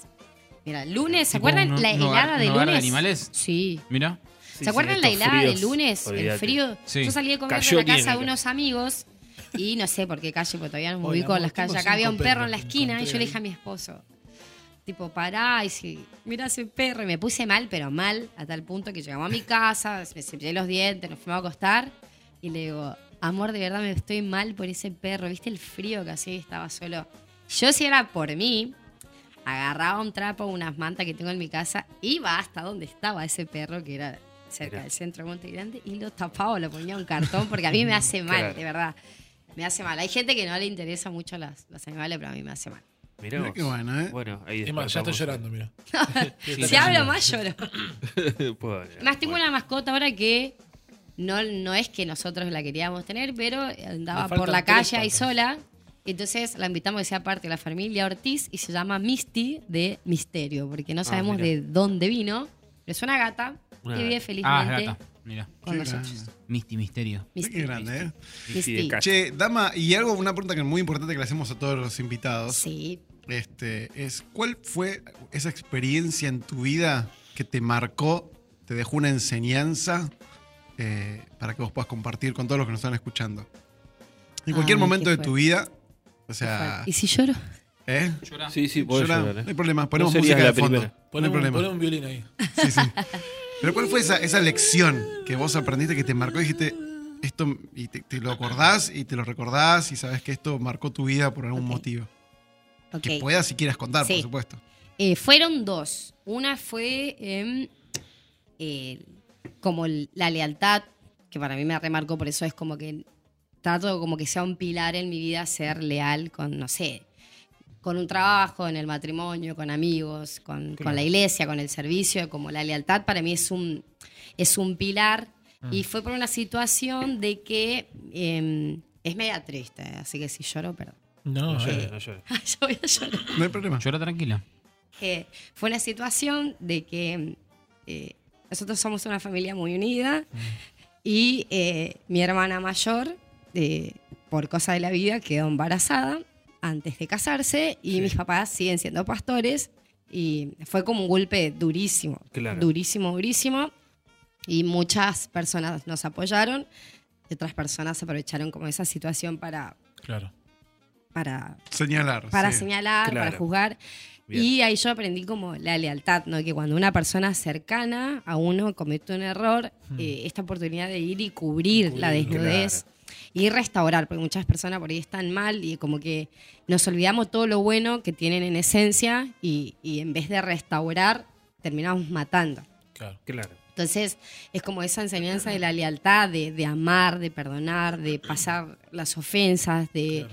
S9: Mira, lunes, ¿se
S2: Tipo
S9: acuerdan
S2: un
S9: la
S2: no-
S9: helada
S2: no-
S9: de
S2: no hogar
S9: lunes?
S2: de animales.
S9: Sí.
S2: Mira.
S9: ¿Se acuerdan la helada de lunes? El frío.
S2: Sí.
S9: Yo salí de comer
S3: Cayó
S9: de la
S3: bien
S9: casa de
S3: acá.
S9: unos amigos y no sé por qué calle, porque todavía no me
S12: Hola,
S9: ubico en
S12: amor,
S9: las calles.
S12: tengo
S9: Acá había un
S12: cinco
S9: perro en la
S12: perros que
S9: esquina y
S12: encontré
S9: yo le dije a
S12: ahí.
S9: mi esposo, tipo, pará, y si, mirá ese perro. Y me puse mal, pero mal, a tal punto que llegamos a mi casa, me cepillé los dientes, nos fuimos a acostar y le digo, amor, de verdad me estoy mal por ese perro. ¿Viste el frío que hacía y estaba solo? Yo si era por mí, agarraba un trapo, unas mantas que tengo en mi casa, iba hasta donde estaba ese perro que era cerca
S3: Mirá.
S9: del centro de Monte Grande y lo tapaba, lo ponía en un cartón porque a mí me hace mal,
S3: Claro.
S9: de verdad. Me hace mal. Hay gente que no le interesa mucho las, los animales, pero a mí me hace mal.
S3: Mirá
S5: Mirá qué
S3: vos.
S5: bueno, ¿eh?
S3: Bueno, ahí
S4: Es más, ya estoy
S3: despertamos.
S4: llorando, mira.
S9: si hablo más, lloro.
S3: Pobre,
S9: Más tengo
S3: bueno.
S9: una mascota ahora que no, no es que nosotros la queríamos tener, pero andaba
S12: Le
S9: por
S12: faltan
S9: la
S12: tres
S9: calle ahí
S12: patas.
S9: sola. Entonces la invitamos a que sea parte de la familia Ortiz y se llama Misty de Misterio, porque no sabemos
S3: mirá.
S9: de dónde vino, pero es una gata
S3: Una
S9: que vive
S3: gata.
S2: Ah, es
S9: felizmente
S2: gata. Mira.
S9: con nosotros.
S2: Misty Misterio.
S5: Mirá
S9: Misty.
S5: qué grande, ¿eh?
S3: Sí, sí, de
S9: Misty.
S3: calle.
S5: Che, Dama, y algo, una pregunta que es muy importante que le hacemos a todos los invitados.
S9: Sí.
S5: Este, es ¿cuál fue esa experiencia en tu vida que te marcó, te dejó una enseñanza eh, para que vos puedas compartir con todos los que nos están escuchando? En cualquier
S9: Ay,
S5: momento
S9: qué
S5: de tu
S9: fuerte.
S5: vida, o sea,
S9: ¿Y si lloro?
S5: ¿eh?
S2: Llorá.
S3: Sí, sí, podés
S5: Llorá,
S3: llorar, ¿eh?
S5: no hay problema, ponemos
S3: No serías
S5: música de
S3: la
S5: fondo.
S3: primera.
S5: No hay
S4: Ponemos,
S5: problema.
S4: un violín ahí.
S5: Sí, sí. Pero ¿cuál fue esa, esa lección que vos aprendiste que te marcó? Dijiste, esto, y te, te lo acordás y te lo recordás y sabes que esto marcó tu vida por algún
S9: Ok.
S5: motivo.
S9: Ok.
S5: Que puedas si quieras contar, por
S9: Sí.
S5: supuesto.
S9: Eh, fueron dos. Una fue em, eh, como el- la lealtad, que para mí me remarcó, por eso es como que trato como que sea un pilar en mi vida ser leal con, no sé, con un trabajo, en el matrimonio, con amigos, con, con la iglesia, con el servicio, como la lealtad para mí es un, es un pilar.
S3: Ah.
S9: Y fue por una situación de que em, es media triste, así que si lloro, perdón.
S4: No,
S3: No llores,
S4: eh.
S3: no llores.
S9: Yo voy a llorar
S5: No hay problema.
S2: Llora tranquila.
S9: que fue una situación de que eh, nosotros somos una familia muy unida y eh, mi hermana mayor, eh, por cosa de la vida, quedó embarazada antes de casarse y mis papás siguen siendo pastores y fue como un golpe durísimo,
S3: Claro.
S9: durísimo, durísimo y muchas personas nos apoyaron y otras personas aprovecharon como esa situación para,
S4: Claro.
S9: para
S5: Señalar.
S9: para
S5: sí.
S9: señalar,
S3: Claro.
S9: para juzgar.
S3: Bien.
S9: Y ahí yo aprendí como la lealtad, ¿no? Que cuando una persona cercana a uno comete un error,
S3: Hmm.
S9: eh, esta oportunidad de ir y cubrir, la desnudez y restaurar, porque muchas personas por ahí están mal y como que nos olvidamos todo lo bueno que tienen en esencia y, y en vez de restaurar, terminamos matando.
S4: Claro.
S3: Claro.
S9: Entonces, es como esa enseñanza de la lealtad, de, de amar, de perdonar, de pasar las ofensas, de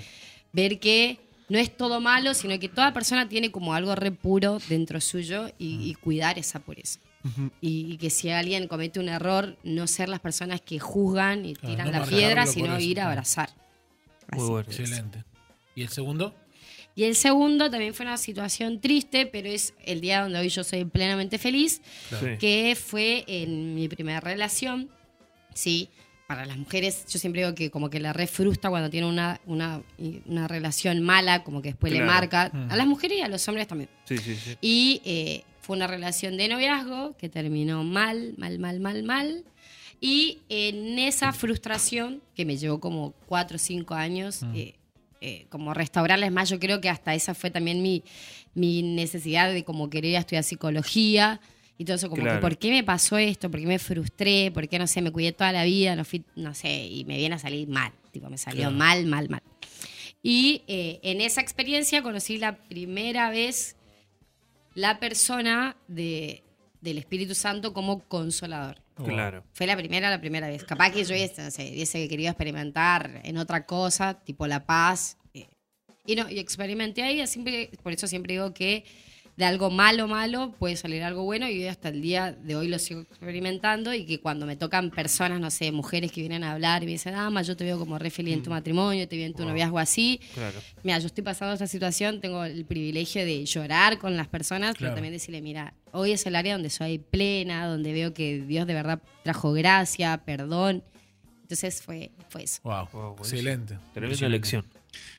S9: ver que no es todo malo, sino que toda persona tiene como algo re puro dentro suyo y, y cuidar esa pureza. Y, y que si alguien comete un error, no ser las personas que juzgan y
S4: Claro,
S9: tiran
S4: no
S9: la
S4: marcarlo
S9: piedra,
S4: por
S9: sino
S4: eso,
S9: ir a
S4: claro.
S9: abrazar.
S3: Muy
S9: Así.
S3: bueno.
S4: Excelente. ¿Y el segundo?
S9: Y el segundo también fue una situación triste, pero es el día donde hoy yo soy plenamente feliz,
S3: Sí.
S9: que fue en mi primera relación, ¿sí? Para las mujeres, yo siempre digo que como que la re frustra cuando tiene una, una, una relación mala, como que después le
S3: Claro.
S9: marca. A las mujeres y a los hombres también.
S3: Sí, sí, sí.
S9: Y eh, fue una relación de noviazgo que terminó mal, mal, mal, mal, mal. Y en esa frustración, que me llevó como cuatro o cinco años, eh, eh, como restaurarles más, yo creo que hasta esa fue también mi, mi necesidad de como querer ir a estudiar psicología. Y todo eso, como
S3: Claro.
S9: que, ¿por qué me pasó esto? ¿Por qué me frustré? ¿Por qué, no sé, me cuidé toda la vida? No, fui, no sé, y me viene a salir mal. Tipo, me salió mal, mal, mal. Y eh, en esa experiencia conocí la primera vez la persona de, del Espíritu Santo como consolador.
S3: Claro.
S9: Fue la primera, la primera vez. Capaz que yo hubiese, no sé, hubiese querido experimentar en otra cosa, tipo la paz. eh, Y no, y experimenté ahí, siempre, por eso siempre digo que de algo malo, malo, puede salir algo bueno y hoy hasta el día de hoy lo sigo experimentando y que cuando me tocan personas, no sé, mujeres que vienen a hablar y me dicen, ama, yo te veo como re feliz en tu matrimonio, te veo en tu noviazgo así,
S3: Claro.
S9: mira, yo estoy pasando esta situación, tengo el privilegio de llorar con las personas, pero
S4: Claro.
S9: también decirle, mira, hoy es el área donde soy plena, donde veo que Dios de verdad trajo gracia, perdón. Entonces fue, fue eso.
S4: Wow.
S3: Wow, buenísimo.
S4: Excelente.
S3: Tremenda lección.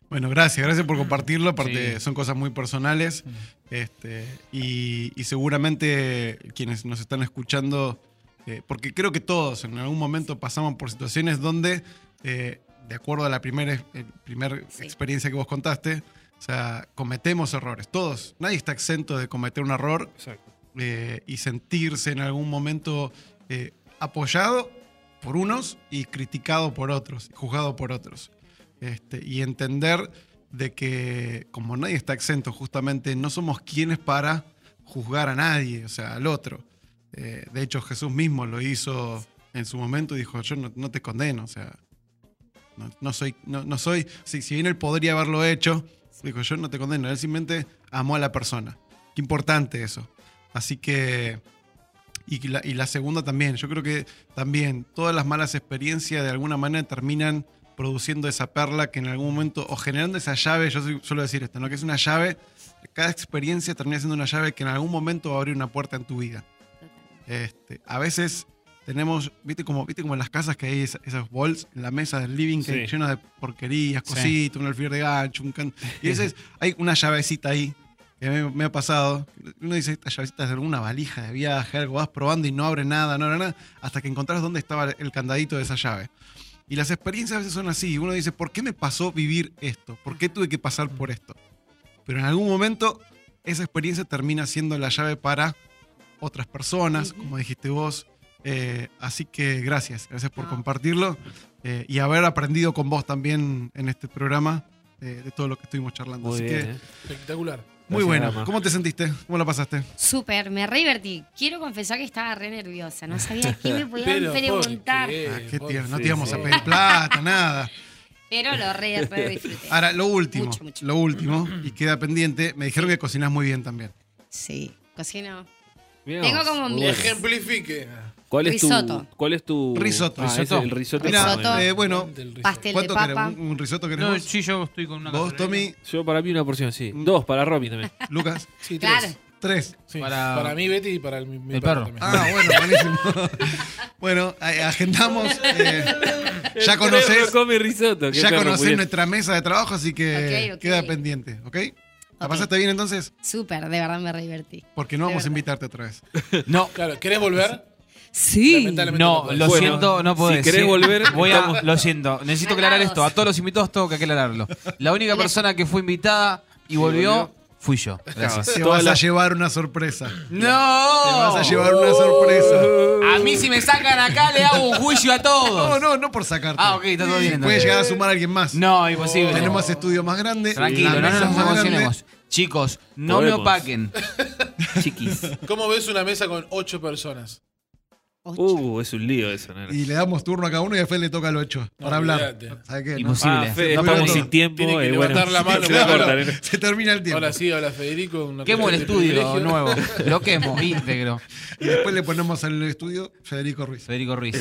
S5: Bueno, gracias, gracias por compartirlo. Aparte,
S3: Sí.
S5: son cosas muy personales. Este, y, y seguramente quienes nos están escuchando, eh, porque creo que todos en algún momento pasamos por situaciones donde, eh, de acuerdo a la primera primer
S9: Sí.
S5: experiencia que vos contaste, o sea, cometemos errores. Todos. Nadie está exento de cometer un error
S3: Exacto.
S5: eh, y sentirse en algún momento eh, apoyado por unos y criticado por otros, juzgado por otros. Este, y entender de que como nadie está exento justamente, no somos quienes para juzgar a nadie, o sea, al otro. Eh, de hecho, Jesús mismo lo hizo en su momento y dijo, yo no, no te condeno, o sea, no, no soy, no, no soy, si, si bien él podría haberlo hecho, dijo, yo no te condeno, él simplemente amó a la persona. Qué importante eso. Así que. Y la, y la segunda también. Yo creo que también todas las malas experiencias de alguna manera terminan produciendo esa perla que en algún momento. o generando esa llave. Yo soy- suelo decir esto, ¿no? Que es una llave. Cada experiencia termina siendo una llave que en algún momento va a abrir una puerta en tu vida. Este, a veces tenemos, viste como, viste como en las casas que hay esa- esas balls en la mesa del living que
S3: Sí.
S5: hay llenas de porquerías,
S2: Sí.
S5: cositas, un alfiler de gancho, un can... Y a veces hay una llavecita ahí que me, me ha pasado. Uno dice, esta llavecita es de alguna valija de viaje, algo, vas probando y no abre nada, no abre nada, hasta que encontrás dónde estaba el candadito de esa llave. Y las experiencias a veces son así. Uno dice, ¿por qué me pasó vivir esto? ¿Por qué tuve que pasar por esto? Pero en algún momento esa experiencia termina siendo la llave para otras personas, como dijiste vos. Eh, así que gracias, gracias por
S9: No.
S5: compartirlo eh, y haber aprendido con vos también en este programa eh, de todo lo que estuvimos charlando.
S3: Muy
S5: así
S3: bien,
S5: que
S3: ¿eh?
S4: Espectacular.
S5: muy
S3: Gracias, Ah,
S5: bueno.
S3: Dama.
S5: ¿Cómo te sentiste? ¿Cómo la pasaste?
S9: Súper, me re divertí. Quiero confesar que estaba re nerviosa. No sabía qué me podían
S4: Pero, ¿por
S9: preguntar.
S5: Ah, qué
S4: ¿Por
S5: tierno, no
S3: sí,
S5: te íbamos
S3: sí.
S5: a pedir plata, nada.
S9: Pero lo re, re disfruté.
S5: Ahora, lo último,
S9: Mucho, mucho.
S5: lo último, y queda pendiente. Me dijeron que cocinás muy bien también.
S9: Sí, cocino.
S3: Mirá
S9: Tengo
S3: vos,
S9: como
S3: muy
S9: mi-
S3: bueno.
S4: Ejemplifique.
S3: ¿Cuál es
S9: Risotto.
S3: tu ¿Cuál es tu
S5: Risotto.
S3: Ah, ese,
S2: Risotto.
S3: el risotto.
S9: Mirá,
S3: está bueno.
S9: eh,
S5: bueno,
S4: Del risotto.
S9: Pastel de
S5: ¿cuánto querés?
S9: papa.
S5: ¿Un, un risotto querés
S2: No,
S5: vos?
S2: sí, yo estoy con una
S5: Vos, Tommy,
S2: cacerola.
S3: Yo para mí una porción, sí. Dos para Romy también.
S5: Lucas,
S4: Sí, tres.
S9: Claro.
S5: tres.
S4: Sí,
S2: Para-
S4: Para... mí, Betty, y para el, mi, mi
S2: El perro.
S4: también.
S5: Ah, bueno, buenísimo. bueno, eh, agendamos. eh, ya
S3: El
S5: conocés,
S3: perro come risotto. qué
S5: ya
S3: perro, muy
S5: conocés
S3: bien.
S5: nuestra mesa de trabajo, así que
S9: Ok, ok.
S5: queda pendiente, ¿ok? ¿La
S9: Ok.
S5: pasaste bien entonces?
S9: Súper, de verdad me re divertí.
S5: Porque no
S9: De
S5: vamos a
S9: verdad.
S5: invitarte otra vez.
S2: No,
S4: Claro, ¿querés volver?
S10: Sí.
S4: Lamentablemente
S2: no,
S4: podés.
S2: lo
S3: Bueno,
S2: siento, no
S3: si
S2: puedo decir.
S3: querés volver,
S2: voy
S3: estamos-
S2: a, lo siento. Necesito aclarar
S9: Ganados.
S2: esto. A todos los invitados tengo que aclararlo. La única persona que fue invitada y volvió fui yo. Gracias.
S5: Te
S3: Toda
S5: vas
S3: la-
S5: a llevar una sorpresa.
S2: ¡No!
S5: Te vas a llevar una sorpresa.
S2: A mí si me sacan acá le hago un juicio a todos.
S5: No, no, no por sacarte.
S2: Ah, ok, está todo bien.
S5: Puede
S2: entonces.
S5: llegar a sumar a alguien más.
S2: No, imposible.
S5: Tenemos este estudio más grande.
S2: Tranquilo,
S5: la
S2: no,
S5: mesa
S2: nos
S5: más grande.
S2: emocionemos. Chicos, no
S3: Podemos.
S2: me opaquen.
S3: Chiquis.
S4: ¿Cómo ves una mesa con ocho personas?
S9: Ocho.
S3: Uh, es un lío eso, nena.
S5: Y le damos turno a cada uno y a Fede le toca al 8
S4: No,
S5: para hablar.
S4: olvídate.
S5: ¿Sabes qué? No?
S2: Imposible.
S3: Ah, Fede,
S5: No,
S3: estamos
S5: no,
S3: sin tiempo.
S4: tiene que
S3: eh, bueno.
S4: levantar la mano,
S3: Se va a cortar, nena.
S5: Se termina el tiempo.
S4: Ahora sí, hola Federico. una
S2: Quemo el
S4: cuestión de
S2: estudio
S4: privilegio.
S2: nuevo. Lo quemo, íntegro.
S5: Y después le ponemos al estudio Federico Ruiz.
S2: Federico Ruiz.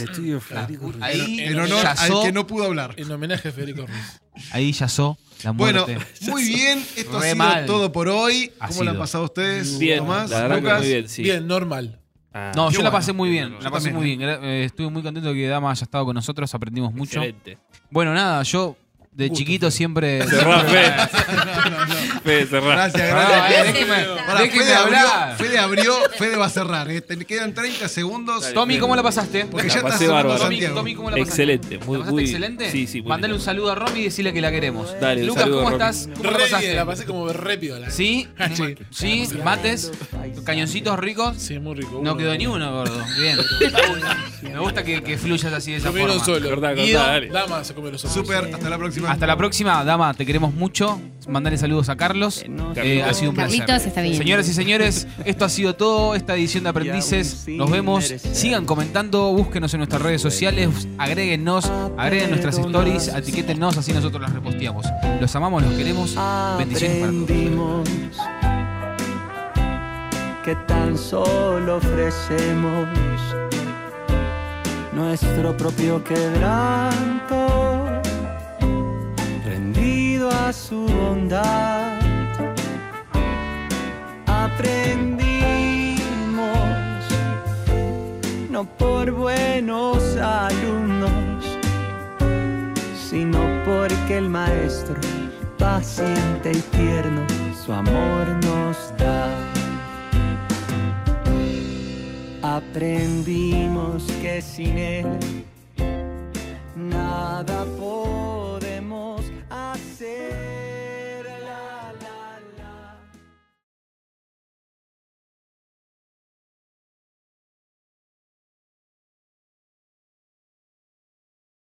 S2: Ahí
S5: En honor al
S2: yazó,
S5: que no pudo hablar.
S4: En homenaje a Federico Ruiz.
S2: ahí yazó la
S5: Bueno,
S2: muerte.
S5: muy bien. Esto ha
S2: Re
S5: sido
S2: mal.
S5: todo por hoy.
S2: Ha
S5: ¿Cómo la han
S2: sido.
S5: pasado ustedes?
S3: Bien,
S5: Tomás,
S3: la verdad que
S5: Lucas.
S3: muy bien, sí.
S4: Bien, normal.
S3: Ah,
S2: no, yo
S5: qué
S2: la
S5: bueno.
S2: pasé muy bien.
S5: Yo
S2: La pasé
S5: también,
S2: muy bien. Gra- eh, estuve muy contento que Dama haya estado con nosotros. Aprendimos mucho.
S3: excelente.
S2: Bueno, nada, yo de
S4: Gusto,
S2: chiquito siempre.
S3: Cerrá, Fede.
S5: No, no.
S3: Fede, cerrá.
S5: Gracias,
S2: Ah,
S5: gracias.
S2: eh, déjeme-
S5: Pará,
S2: déjeme
S5: Fede abrió,
S2: hablar.
S5: Fede abrió, Fede va a cerrar. eh. Te quedan 30 segundos.
S2: Tommy, ¿cómo la pasaste?
S5: Porque
S3: La
S5: ya está
S3: pasé
S5: cerrando
S3: bárbaro.
S2: Tommy,
S5: Santiago.
S2: Tommy, ¿cómo la pasaste?
S3: Excelente,
S2: ¿La
S3: muy,
S2: pasaste
S3: muy-
S2: excelente?
S3: Sí, sí, muy
S2: Mandale un
S3: bien.
S2: saludo a Romy y decirle que la queremos.
S3: Dale, un
S2: Lucas,
S3: saludo
S2: ¿cómo
S3: a Romy.
S2: estás? ¿Cómo la
S4: Re
S2: pasaste?
S4: bien, la pasé como re piola.
S2: ¿Sí?
S4: Sí.
S2: ¿Sí? ¿Mates? ¿Cañoncitos ricos?
S4: Sí, muy rico.
S2: No
S4: Uno,
S2: quedó ni
S4: dos.
S2: uno, gordo. Bien. Me gusta que, que fluyas así de esa
S4: Comieron
S2: forma.
S4: solo.
S3: Cortá, cortá,
S2: Guido,
S3: dale.
S4: Dama se come los ojos.
S5: Super, hasta la próxima.
S2: Hasta la próxima, dama, te queremos mucho. Mandale saludos a Carlos. Eh, ha sido un placer.
S9: Carlitos está bien.
S2: Señoras y señores, esto ha sido todo, esta edición de Aprendices. Nos vemos. Sigan comentando, búsquenos en nuestras redes sociales, agréguenos, agreguen nuestras stories, etiquétennos, así nosotros las reposteamos. Los amamos, los queremos. Bendiciones para todos.
S12: Aprendimos que tan solo ofrecemos nuestro propio quebranto, rendido a su bondad. Aprendimos, no por buenos alumnos, sino porque el maestro paciente y tierno su amor nos da. Aprendimos que sin él nada podemos.